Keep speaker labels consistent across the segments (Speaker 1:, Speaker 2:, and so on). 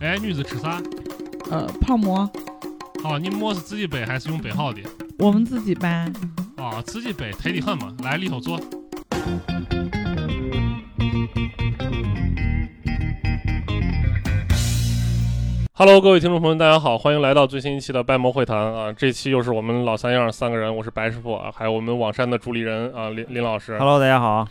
Speaker 1: 哎，女子吃啥？
Speaker 2: 呃，泡馍，
Speaker 1: 哦，你馍是自己掰还是用掰好的？
Speaker 2: 我们自己掰。
Speaker 1: 哦，自己掰，忒的很嘛。来里头坐。Hello，各位听众朋友们，大家好，欢迎来到最新一期的拜摩会谈啊！这期又是我们老三样三个人，我是白师傅啊，还有我们网山的主理人啊林林老师
Speaker 3: Hello，大家好。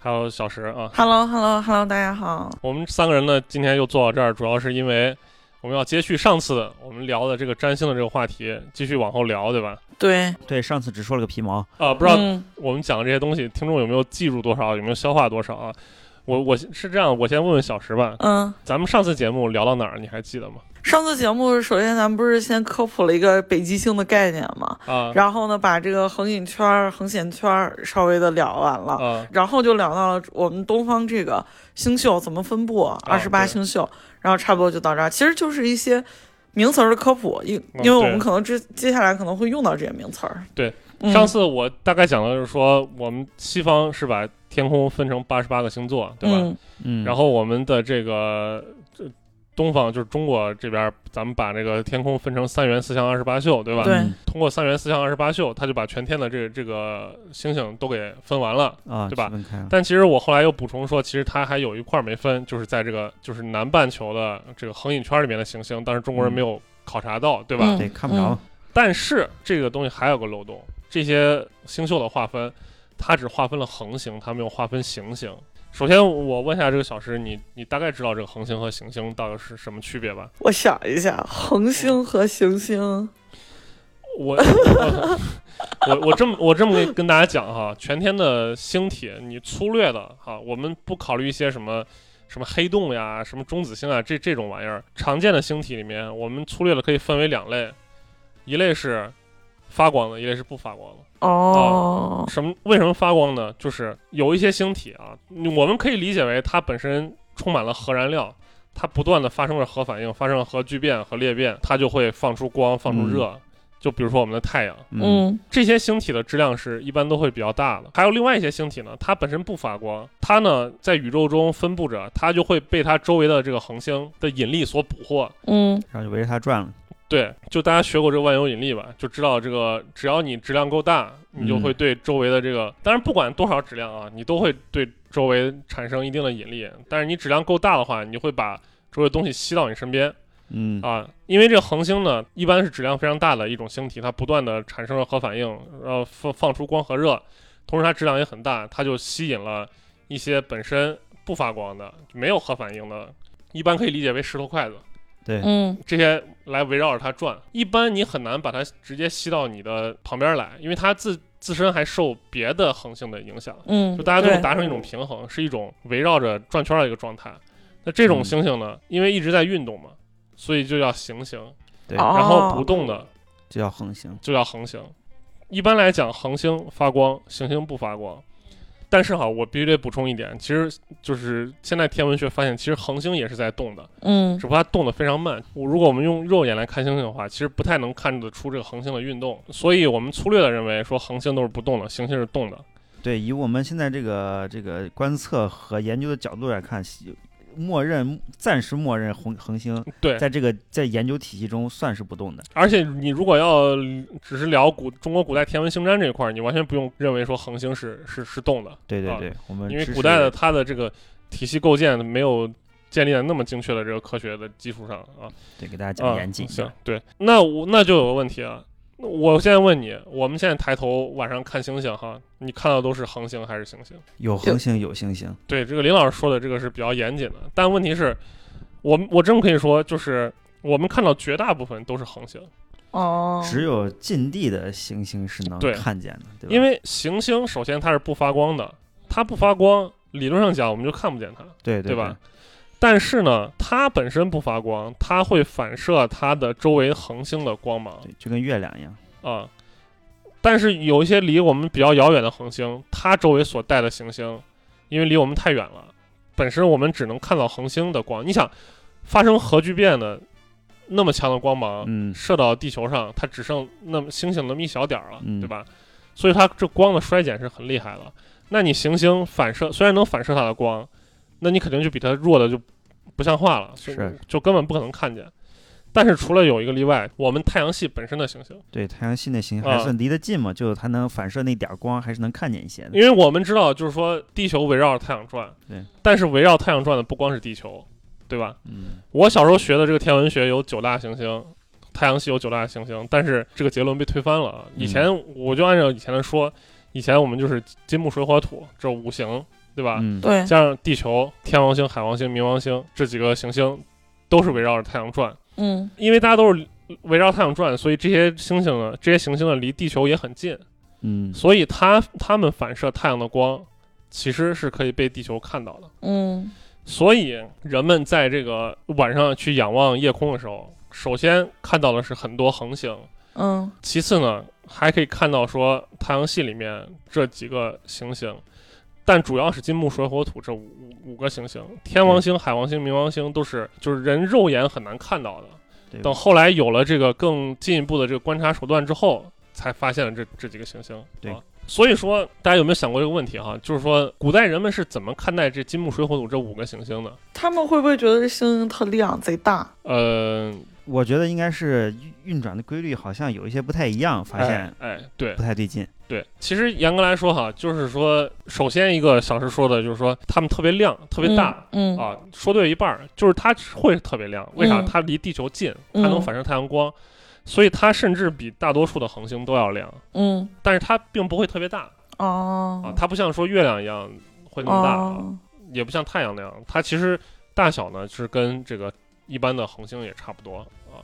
Speaker 1: 还有小石啊。
Speaker 4: Hello，Hello，Hello，大家好。
Speaker 1: 我们三个人呢，今天又坐到这儿，主要是因为我们要接续上次我们聊的这个占星的这个话题，继续往后聊，对吧？
Speaker 4: 对，
Speaker 3: 对，上次只说了个皮毛，
Speaker 1: 啊，不知道
Speaker 4: 嗯
Speaker 1: 我们讲的这些东西，听众有没有记住多少，有没有消化多少啊？我我是这样，我先问问小石吧，
Speaker 4: 嗯，
Speaker 1: 咱们上次节目聊到哪儿，你还记得吗？
Speaker 4: 上次节目首先咱们不是先科普了一个北极星的概念嘛，
Speaker 1: 啊
Speaker 4: 然后呢把这个恒引圈儿、横弦圈儿稍微的聊完了。
Speaker 1: 啊
Speaker 4: 然后就聊到了我们东方这个星宿怎么分布，二
Speaker 1: 啊
Speaker 4: 十
Speaker 1: 对
Speaker 4: 八星宿，然后差不多就到这儿，其实就是一些名词儿的科普，因
Speaker 1: 嗯
Speaker 4: 因为我
Speaker 1: 对
Speaker 4: 们可能之接下来可能会用到这些名词儿。
Speaker 1: 对
Speaker 4: 嗯，
Speaker 1: 上次我大概讲的就是说，我们西方是把天空分成八十八个星座，对吧？
Speaker 4: 嗯
Speaker 3: 嗯，
Speaker 1: 然后我们的这个这东方就是中国这边儿，咱们把这个天空分成三元四象二十八宿，对吧？
Speaker 4: 对
Speaker 3: 嗯
Speaker 1: 通过三元四象二十八宿，他就把全天的这这个星星都给分完了。
Speaker 3: 啊，
Speaker 1: 对吧
Speaker 3: 区分开了，
Speaker 1: 但其实我后来又补充说，其实它还有一块儿没分，就是在这个就是南半球的这个恒引圈里面的行星，但是中国人
Speaker 3: 嗯
Speaker 1: 没有考察到，对吧？
Speaker 4: 嗯
Speaker 3: 对，看不着，
Speaker 1: 但是这个东西还有个漏洞，这些星宿的划分，它只划分了恒星，它没有划分行星。首先，我问一下这个小石，你你大概知道这个恒星和行星到底是什么区别吧？
Speaker 4: 我想一下，恒星和行星，
Speaker 1: 我我我我这么我这么跟跟大家讲哈，全天的星体，你粗略的哈，我们不考虑一些什么什么黑洞呀、什么中子星啊这这种玩意儿，常见的星体里面，我们粗略的可以分为两类，一类是发光的，一类是不发光的。
Speaker 4: 哦，
Speaker 1: 什么？为什么发光呢？就是有一些星体啊，你我们可以理解为它本身充满了核燃料，它不断的发生着核反应，发生了核聚变和裂变，它就会放出光，放出热。就比如说我们的太阳，
Speaker 3: 嗯
Speaker 4: 嗯
Speaker 1: 这些星体的质量是一般都会比较大的。还有另外一些星体呢，它本身不发光，它呢在宇宙中分布着，它就会被它周围的这个恒星的引力所捕获，
Speaker 4: 嗯
Speaker 3: 然后就围着它转了，
Speaker 1: 对，就大家学过这个万有引力吧，就知道这个只要你质量够大，你就
Speaker 3: 嗯
Speaker 1: 会对周围的这个，当然不管多少质量啊，你都会对周围产生一定的引力。但是你质量够大的话，你会把周围的东西吸到你身边
Speaker 3: 嗯，
Speaker 1: 啊。因为这个恒星呢，一般是质量非常大的一种星体，它不断的产生了核反应，呃，放放出光和热，同时它质量也很大，它就吸引了一些本身不发光的、没有核反应的，一般可以理解为石头筷子。
Speaker 3: 对，
Speaker 4: 嗯
Speaker 1: 这些来围绕着它转。一般你很难把它直接吸到你的旁边来，因为它自自身还受别的恒星的影响。
Speaker 4: 嗯，
Speaker 1: 就大家都
Speaker 4: 对
Speaker 1: 能达成一种平衡，是一种围绕着转圈儿的一个状态。那这种
Speaker 3: 嗯
Speaker 1: 星星呢，因为一直在运动嘛，所以就叫行星，
Speaker 3: 对，
Speaker 4: 哦
Speaker 1: 然后不动的
Speaker 3: 就叫横行，
Speaker 1: 就叫恒星。一般来讲，恒星发光，行星不发光。但是哈，我必须得补充一点，其实就是现在天文学发现，其实恒星也是在动的。
Speaker 4: 嗯
Speaker 1: 只不过它动得非常慢。我如果我们用肉眼来看星星的话，其实不太能看得出这个恒星的运动，所以我们粗略的认为说恒星都是不动的，行星是动的。
Speaker 3: 对，以我们现在这个这个观测和研究的角度来看，西默认暂时默认恒恒星
Speaker 1: 对，
Speaker 3: 在这个在研究体系中算是不动的，
Speaker 1: 而且你如果要只是聊古中国古代天文星占这一块儿，你完全不用认为说恒星是是是动的，
Speaker 3: 对对
Speaker 1: 啊
Speaker 3: 对，我们
Speaker 1: 因为
Speaker 3: 知
Speaker 1: 古代
Speaker 3: 识
Speaker 1: 的它的这个体系构建没有建立在那么精确的这个科学的基础上啊。
Speaker 3: 对给大家讲严
Speaker 1: 啊。
Speaker 3: 谨一
Speaker 1: 行
Speaker 3: 点，，
Speaker 1: 对，那我那就有个问题啊。那我现在问你，我们现在抬头晚上看星星哈，你看到都是恒星还是行星？
Speaker 3: 有恒星有行星，
Speaker 1: 对，这个林老师说的这个是比较严谨的，但问题是，我们我真可以说，就是我们看到绝大部分都是恒星，
Speaker 4: 哦，
Speaker 3: 只有近地的行星是能
Speaker 1: 对
Speaker 3: 看见的，对吧？
Speaker 1: 因为行星首先它是不发光的，它不发光，理论上讲我们就看不见它，
Speaker 3: 对
Speaker 1: 对吧？？但是呢，它本身不发光，它会反射它的周围恒星的光芒
Speaker 3: 对，就跟月亮一样，
Speaker 1: 啊。但是有一些离我们比较遥远的恒星，它周围所带的行星，因为离我们太远了，本身我们只能看到恒星的光。你想，发生核聚变的那么强的光芒，
Speaker 3: 嗯，
Speaker 1: 射到地球上，它只剩那么星星那么一小点儿了，
Speaker 3: 嗯
Speaker 1: 对吧？所以它这光的衰减是很厉害的。那你行星反射虽然能反射它的光，那你肯定就比它弱的就不像话了，就是就根本不可能看见。但是除了有一个例外，我们太阳系本身的行星，
Speaker 3: 对太阳系那行星还
Speaker 1: 啊
Speaker 3: 算离得近嘛，就它能反射那点儿光，还是能看见一些的。
Speaker 1: 因为我们知道，就是说地球围绕着太阳转，
Speaker 3: 对，
Speaker 1: 但是围绕太阳转的不光是地球，对吧？
Speaker 3: 嗯，
Speaker 1: 我小时候学的这个天文学有九大行星，太阳系有九大行星，但是这个结论被推翻了啊！以前
Speaker 3: 嗯
Speaker 1: 我就按照以前的说，以前我们就是金木水火土这五行，啊对吧？
Speaker 3: 嗯，
Speaker 4: 对，
Speaker 1: 加上地球、天王星、海王星、冥王星这几个行星，都是围绕着太阳转。
Speaker 4: 嗯
Speaker 1: 因为大家都是围绕太阳转，所以这些星星呢，这些行星呢离地球也很近，
Speaker 3: 嗯，
Speaker 1: 所以它它们反射太阳的光，其实是可以被地球看到的。
Speaker 4: 嗯
Speaker 1: 所以人们在这个晚上去仰望夜空的时候，首先看到的是很多恒星，
Speaker 4: 嗯
Speaker 1: 其次呢还可以看到说太阳系里面这几个行星，但主要是金木水火土这五五五个行星，天王星、海王星、冥王星都是就是人肉眼很难看到的。
Speaker 3: 对
Speaker 1: 等后来有了这个更进一步的这个观察手段之后，才发现了这这几个行星。
Speaker 3: 对
Speaker 1: 啊所以说大家有没有想过这个问题哈、就是说古代人们是怎么看待这金木水火土这五个行星的？
Speaker 4: 他们会不会觉得这星星特亮、贼大？
Speaker 1: 呃，
Speaker 3: 我觉得应该是运运转的规律好像有一些不太一样，发现
Speaker 1: 哎，哎对
Speaker 3: 不太对劲。
Speaker 1: 对，其实严格来说哈，就是说，首先一个小石说的就是说，它们特别亮，特
Speaker 4: 特
Speaker 1: 别大。，
Speaker 4: 嗯
Speaker 1: 啊，说对一半儿，就是它会特别亮，为啥？
Speaker 4: 嗯
Speaker 1: 它离地球近，它
Speaker 4: 嗯
Speaker 1: 能反射太阳光，所以它甚至比大多数的恒星都要亮。
Speaker 4: 嗯
Speaker 1: 但是它并不会特别大啊
Speaker 4: 哦，
Speaker 1: 它不像说月亮一样会那么大，啊
Speaker 4: 哦，
Speaker 1: 也不像太阳那样，它其实大小呢是跟这个一般的恒星也差不多啊，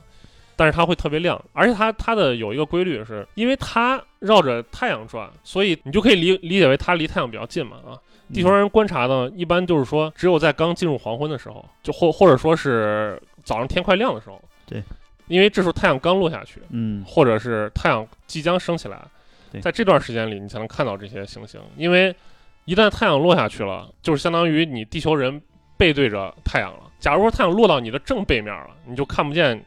Speaker 1: 但是它会特别亮，而且它它的有一个规律是，因为它绕着太阳转，所以你就可以理理解为它离太阳比较近嘛啊。地球上人观察呢，一般就是说，只有在刚进入黄昏的时候，就或或者说是早上天快亮的时候，
Speaker 3: 对，
Speaker 1: 因为这时候太阳刚落下去，
Speaker 3: 嗯，
Speaker 1: 或者是太阳即将升起来
Speaker 3: 对，
Speaker 1: 在这段时间里，你才能看到这些行星。因为一旦太阳落下去了，就是相当于你地球人背对着太阳了。假如说太阳落到你的正背面了，你就看不见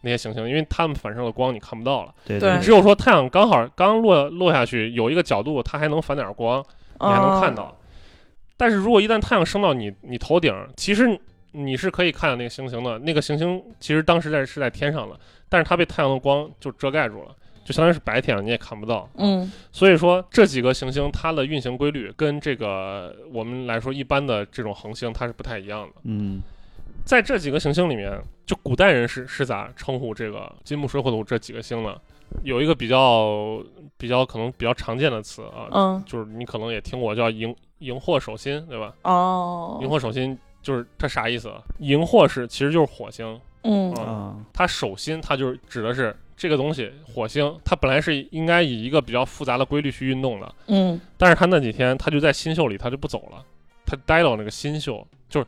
Speaker 1: 那些行星，因为它们反射的光你看不到了。
Speaker 3: 对
Speaker 4: 对
Speaker 1: 只有说太阳刚好刚落落下去，有一个角度，它还能反点光，啊
Speaker 4: 哦
Speaker 1: 你还能看到。但是如果一旦太阳升到你你头顶，其实你是可以看到那个行星的。那个行星其实当时在是在天上了，但是它被太阳的光就遮盖住了，就相当于是白天了，你也看不到。
Speaker 4: 嗯
Speaker 1: 所以说这几个行星它的运行规律跟这个我们来说一般的这种恒星它是不太一样的。
Speaker 3: 嗯，
Speaker 1: 在这几个行星里面，就古代人是是咋称呼这个金木水火土这几个星呢？有一个比较比较可能比较常见的词啊，
Speaker 4: 嗯
Speaker 1: 就是你可能也听过叫荧荧惑守心，对吧？
Speaker 4: 哦，
Speaker 1: 荧惑守心就是它啥意思啊？荧惑是其实就是火星，
Speaker 4: 嗯
Speaker 1: 啊
Speaker 3: 啊，
Speaker 1: 它守心它就是指的是这个东西，火星它本来是应该以一个比较复杂的规律去运动的，
Speaker 4: 嗯
Speaker 1: 但是它那几天它就在新宿里，它就不走了，它待到那个新宿，就是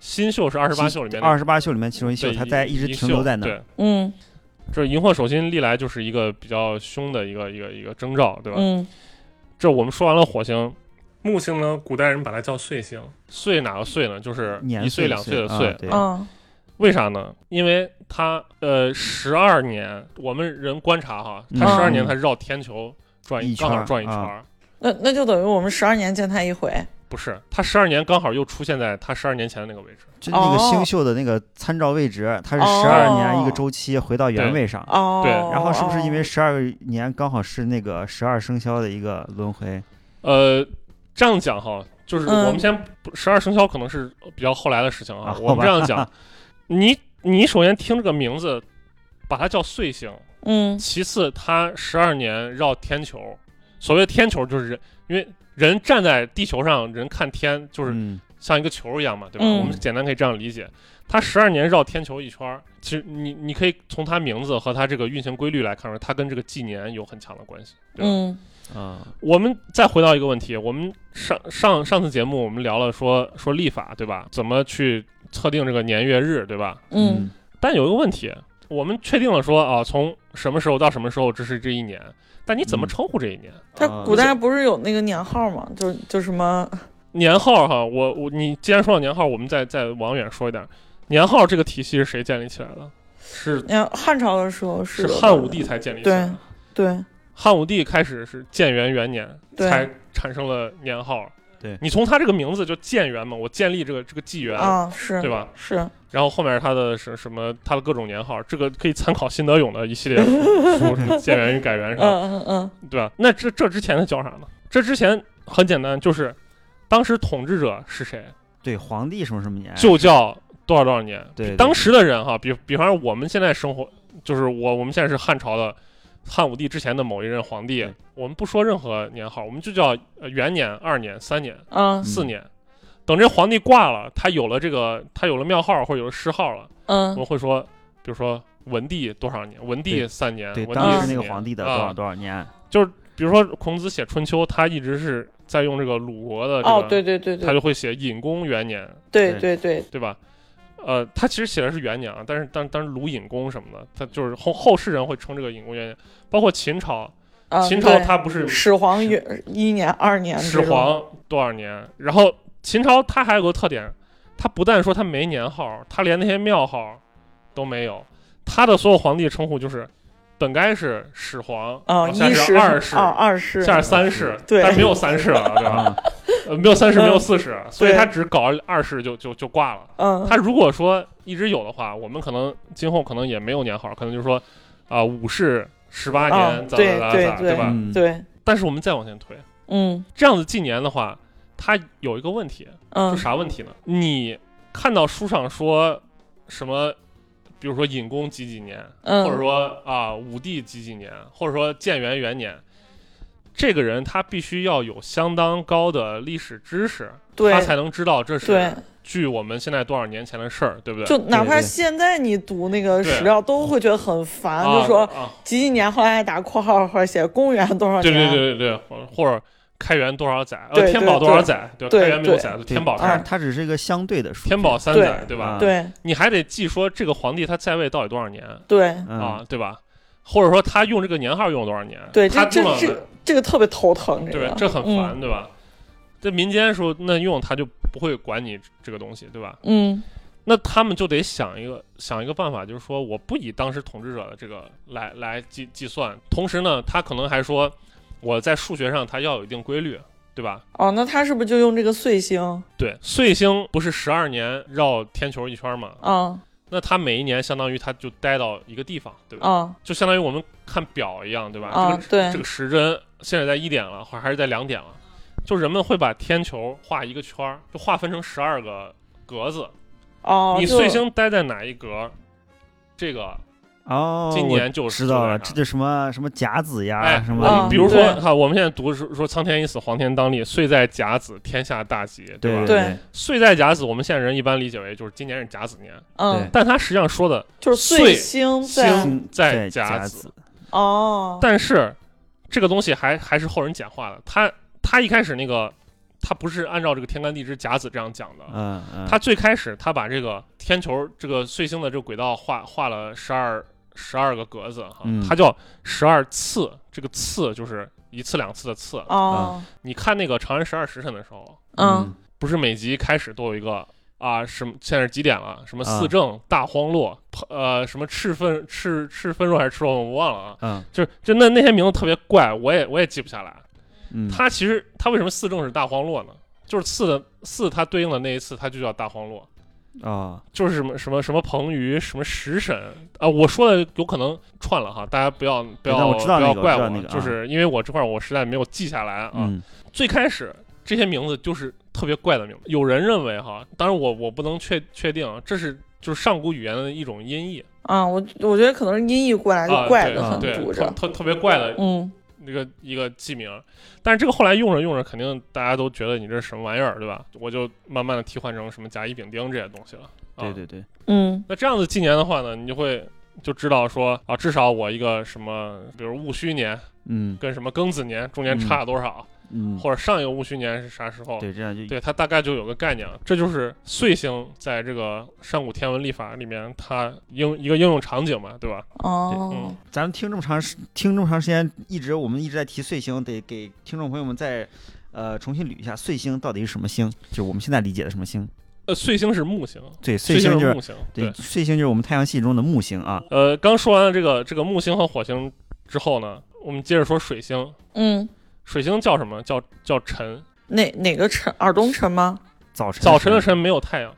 Speaker 1: 新宿是二十八宿里面
Speaker 3: 二
Speaker 1: 的
Speaker 3: 十八宿里面其中一宿，
Speaker 1: 对
Speaker 3: 它在一直
Speaker 1: 宿
Speaker 3: 停留在那儿。
Speaker 1: 对，
Speaker 4: 嗯
Speaker 1: 这荧惑守心历来就是一个比较凶的一个一个一个征兆，对吧？
Speaker 4: 嗯
Speaker 1: 这我们说完了火星，木星呢，古代人把它叫岁星。岁哪个岁呢？就是
Speaker 3: 年
Speaker 1: 一岁
Speaker 3: 岁
Speaker 1: 两岁
Speaker 3: 岁
Speaker 1: 的
Speaker 3: 啊
Speaker 1: 岁。
Speaker 3: 对
Speaker 4: 嗯
Speaker 1: 为啥呢？因为它呃十二年，我们人观察哈，它
Speaker 4: 嗯
Speaker 1: 十二年它绕天球转
Speaker 3: 一圈
Speaker 1: 刚
Speaker 3: 儿
Speaker 1: 好转一圈儿。
Speaker 3: 啊
Speaker 4: 那那就等于我们十二年见他一回，
Speaker 1: 不是，它十二年刚好又出现在它十二年前的那个位置。
Speaker 3: 就那个
Speaker 4: 哦
Speaker 3: 星宿的那个参照位置，它是
Speaker 4: 哦
Speaker 3: 十二年一个周期回到原
Speaker 1: 对
Speaker 3: 位上。
Speaker 4: 哦，
Speaker 1: 对
Speaker 3: 然后是不是因为
Speaker 4: 哦
Speaker 3: 十二年刚好是那个十二生肖的一个轮回？
Speaker 1: 呃，这样讲哈，就是
Speaker 4: 嗯
Speaker 1: 我们先十二生肖可能是比较后来的事情啊。
Speaker 3: 啊
Speaker 1: 我
Speaker 3: 好
Speaker 1: 们
Speaker 3: 吧
Speaker 1: 这样 讲，你你首先听这个名字，把它叫岁星。
Speaker 4: 嗯
Speaker 1: 其次，它十二年绕天球，所谓天球就是人，因为人站在地球上，人看天就是
Speaker 3: 嗯
Speaker 1: 像一个球一样嘛，对吧？
Speaker 4: 嗯
Speaker 1: 我们简单可以这样理解。它十二年绕天球一圈儿，其实你你可以从它名字和它这个运行规律来看出，它跟这个纪年有很强的关系。对吧
Speaker 4: 嗯
Speaker 3: 啊，
Speaker 1: 我们再回到一个问题，我们上上上次节目我们聊了说说历法，对吧？怎么去测定这个年月日，对吧？
Speaker 4: 嗯
Speaker 1: 但有一个问题，我们确定了说啊，从什么时候到什么时候，这是这一年，但你怎么
Speaker 3: 嗯
Speaker 1: 称呼这一年？
Speaker 4: 他
Speaker 3: 啊
Speaker 4: 古代不是有那个年号吗？就就什么
Speaker 1: 年号哈，我我你既然说到年号，我们再再往远说一点，年号这个体系是谁建立起来的？是
Speaker 4: 你看汉朝的时候
Speaker 1: 是
Speaker 4: 有
Speaker 1: 汉
Speaker 4: 的
Speaker 1: 武帝才建立起来
Speaker 4: 对
Speaker 1: 的。
Speaker 4: 对
Speaker 1: 汉武帝开始是建元元年
Speaker 4: 对
Speaker 1: 才产生了年号，
Speaker 3: 对
Speaker 1: 你从它这个名字就建元嘛，我建立这个这个纪元，
Speaker 4: 啊，是
Speaker 1: 对吧？
Speaker 4: 是，
Speaker 1: 然后后面它的什什么它的各种年号，这个可以参考辛德勇的一系列 书，什么建元与改元
Speaker 4: 嗯
Speaker 1: 啥的。
Speaker 4: 嗯嗯
Speaker 1: 对吧？那这这之前他叫啥呢？这之前很简单，就是当时统治者是谁，
Speaker 3: 对，皇帝什么什么年，
Speaker 1: 就叫多少多少年。
Speaker 3: 哎对对
Speaker 1: 当时的人哈，比比方说我们现在生活，就是我我们现在是汉朝的汉武帝之前的某一任皇帝
Speaker 3: 对，
Speaker 1: 我们不说任何年号，我们就叫呃元年、二年、三年、
Speaker 4: 嗯
Speaker 1: 四年。等这皇帝挂了，他有了这个，他有了庙号或者有了谥号了，我
Speaker 4: 嗯
Speaker 1: 们会说，比如说文帝多少年，文帝
Speaker 3: 对
Speaker 1: 三年，
Speaker 3: 对，
Speaker 1: 文帝
Speaker 3: 当时
Speaker 1: 四
Speaker 3: 那个
Speaker 1: 年
Speaker 3: 皇帝的多
Speaker 1: 啊
Speaker 3: 少多少年，
Speaker 1: 比如说孔子写《春秋》，他一直是在用这个鲁国的这个，
Speaker 4: 哦，对对对
Speaker 1: 他
Speaker 4: 对
Speaker 1: 就会写隐公元年，
Speaker 4: 对对对，
Speaker 1: 对吧？呃，他其实写的是元年啊，但是但但是鲁隐公什么的，他就是后后世人会称这个隐公元年，包括秦朝，
Speaker 4: 啊，
Speaker 1: 秦朝
Speaker 4: 对
Speaker 1: 他不是
Speaker 4: 始皇元一年二年啊
Speaker 1: 始皇多少年，然后秦朝他还有个特点，他不但说他没年号，他连那些庙号都没有，他的所有皇帝称呼就是本该是始皇，
Speaker 4: 啊，
Speaker 1: 然后现
Speaker 4: 一
Speaker 1: 在
Speaker 4: 世
Speaker 1: 是哦二世，
Speaker 4: 啊二世
Speaker 1: 现在是三世，
Speaker 4: 对
Speaker 1: 但是没有三世了，对吧？
Speaker 3: 啊，
Speaker 1: 呃，没有三十，
Speaker 4: 嗯
Speaker 1: 没有四十，所以
Speaker 4: 对
Speaker 1: 他只搞二十就就就挂了。
Speaker 4: 嗯
Speaker 1: 他如果说一直有的话，我们可能今后可能也没有年号，可能就是说啊五世十八
Speaker 4: 哦
Speaker 1: 年，咋咋咋
Speaker 4: 对
Speaker 1: 咋，
Speaker 4: 对
Speaker 1: 对吧？
Speaker 3: 嗯，
Speaker 4: 对
Speaker 1: 但是我们再往前推，
Speaker 4: 嗯
Speaker 1: 这样子纪年的话，它有一个问题，就
Speaker 4: 嗯
Speaker 1: 啥问题呢？你看到书上说什么，比如说隐公几几年，
Speaker 4: 嗯
Speaker 1: 或者说啊武帝几几年，或者说建元元年，这个人他必须要有相当高的历史知识，
Speaker 4: 对
Speaker 1: 他才能知道这
Speaker 4: 对
Speaker 1: 是，距我们现在多少年前的事儿，对不对？
Speaker 4: 就哪怕
Speaker 3: 对
Speaker 4: 现在你读那个
Speaker 1: 对
Speaker 4: 史料都会觉得很烦，
Speaker 1: 啊
Speaker 4: 就说
Speaker 1: 啊，
Speaker 4: 几几年后来还打括号或者写公元多少年，
Speaker 1: 对对对对对，或者或者开元多少载，呃，
Speaker 4: 啊对
Speaker 1: 天宝
Speaker 4: 对
Speaker 1: 多少载，对吧，
Speaker 4: 对
Speaker 1: 开元没有
Speaker 4: 对啊
Speaker 1: 载，就
Speaker 3: 对
Speaker 1: 天宝
Speaker 3: 它
Speaker 1: 开，
Speaker 3: 它只是一个相对的数，
Speaker 1: 天宝，三载，对吧
Speaker 3: 啊？
Speaker 4: 对
Speaker 1: 你还得记说这个皇帝他在位到底多少年。
Speaker 4: 对
Speaker 3: 嗯，
Speaker 1: 啊，对吧？或者说他用这个年号用了多少年？
Speaker 4: 对
Speaker 1: 他
Speaker 4: 这
Speaker 1: 用了
Speaker 4: 这这这个特别头疼，
Speaker 1: 对
Speaker 4: 个
Speaker 1: 吧？这很烦，
Speaker 4: 嗯
Speaker 1: 对吧？在民间的时候，那用他就不会管你这个东西，对吧？
Speaker 4: 嗯
Speaker 1: 那他们就得想一个想一个办法，就是说我不以当时统治者的这个来来计计算，同时呢，他可能还说我在数学上它要有一定规律，对吧？
Speaker 4: 哦，那他是不是就用这个岁星
Speaker 1: 对，岁星不是十二年绕天球一圈嘛？
Speaker 4: 啊
Speaker 1: 那他每一年相当于他就待到一个地方，对吧？
Speaker 4: 啊
Speaker 1: 就相当于我们看表一样，对吧？
Speaker 4: 啊
Speaker 1: 这个？
Speaker 4: 对
Speaker 1: 这个时针现在在一点了，或者还是在两点了，就人们会把天球画一个圈儿，就划分成十二个格子，
Speaker 4: 哦，
Speaker 1: 你
Speaker 4: 就
Speaker 1: 岁星待在哪一格，这个
Speaker 3: 哦，
Speaker 1: 今
Speaker 3: 我
Speaker 1: 年就
Speaker 3: 知道了，
Speaker 1: 就在
Speaker 3: 这
Speaker 1: 哪
Speaker 3: 就什么什么甲子呀，
Speaker 1: 哎，
Speaker 3: 什
Speaker 1: 我
Speaker 3: 么
Speaker 4: 啊
Speaker 1: 们，比如说
Speaker 4: 对
Speaker 1: 哈，我们现在读是说“苍天已死，黄天当立，岁在甲子，天下大吉”，
Speaker 3: 对
Speaker 1: 吧？
Speaker 3: 对
Speaker 1: 岁在甲子，我们现在人一般理解为就是今年是甲子年，
Speaker 4: 嗯
Speaker 3: 对，
Speaker 1: 但它实际上说的
Speaker 4: 就是
Speaker 1: 岁
Speaker 4: 岁星在
Speaker 1: 星在
Speaker 3: 在
Speaker 1: 甲子，
Speaker 3: 子，
Speaker 4: 哦，
Speaker 1: 但是这个东西还还是后人简化的。他他一开始那个他不是按照这个天干地支甲子这样讲的，
Speaker 3: 嗯嗯，
Speaker 1: 啊他最开始他把这个天球这个岁星的这个轨道画画了十二十二个格子哈，
Speaker 3: 嗯
Speaker 1: 它叫十二次，这个次就是一次两次的次。
Speaker 3: 啊
Speaker 4: 哦
Speaker 1: 你看那个《长安十二时辰》的时候，
Speaker 4: 嗯
Speaker 3: 嗯
Speaker 1: 不是每集开始都有一个。啊，什么？现在是几点了？什么
Speaker 3: 啊
Speaker 1: 四正、大荒落，呃，什么赤分赤赤分肉还是赤肉我忘了啊。
Speaker 3: 嗯
Speaker 1: 就是就那那些名字特别怪，我也我也记不下来。
Speaker 3: 嗯，
Speaker 1: 它其实它为什么四正是大荒落呢？就是四的四，它对应的那一次，它就叫大荒落，
Speaker 3: 哦，
Speaker 1: 就是什么什么什么彭于什么食神啊，我说的有可能串了哈，大家不要不
Speaker 3: 对
Speaker 1: 要
Speaker 3: 但我知道
Speaker 1: 不要
Speaker 3: 哎那个我
Speaker 1: 怪
Speaker 3: 知
Speaker 1: 我，
Speaker 3: 道那个啊
Speaker 1: 就是因为我这块儿我实在没有记下来啊。
Speaker 3: 嗯
Speaker 1: 最开始这些名字就是特别怪的名字，有人认为哈，当然我我不能确确定啊，这是就是上古语言的一种音译
Speaker 4: 啊，我我觉得可能是音译过来就
Speaker 1: 啊，
Speaker 4: 怪
Speaker 1: 对
Speaker 4: 的很
Speaker 1: 对，
Speaker 4: 读
Speaker 1: 特
Speaker 4: 着，
Speaker 1: 特特别怪的
Speaker 4: 嗯
Speaker 1: 那个一个记名，但是这个后来用着用着，肯定大家都觉得你这是什么玩意儿，对吧？我就慢慢的替换成什么甲乙丙丁这些东西了。啊、
Speaker 3: 对。对对，
Speaker 4: 嗯
Speaker 1: 那这样子纪年的话呢，你就会就知道说啊，至少我一个什么，比如戊戌年
Speaker 3: 嗯
Speaker 1: 跟什么庚子年中间差了多少，
Speaker 3: 嗯，
Speaker 1: 或者上一个戊戌年是啥时候？
Speaker 3: 对，这样就
Speaker 1: 对它大概就有个概念了。这就是岁星在这个上古天文历法里面它应一个应用场景嘛，对吧？
Speaker 4: 哦
Speaker 3: 咱们听这么长时听这么长时间，一直我们一直在提岁星，得给听众朋友们再呃重新捋一下，岁星到底是什么星？就是我们现在理解的什么星？
Speaker 1: 呃，岁星是木星，
Speaker 3: 对，
Speaker 1: 岁
Speaker 3: 岁星就是是
Speaker 1: 木星，对
Speaker 3: 对，岁星就是我们太阳系中的木星啊。
Speaker 1: 呃，刚说完了这个这个木星和火星之后呢，我们接着说水星。
Speaker 4: 嗯
Speaker 1: 水星叫什么？叫叫辰。
Speaker 4: 哪哪个晨？耳东晨吗？
Speaker 3: 早晨
Speaker 1: 早晨的晨没有太阳，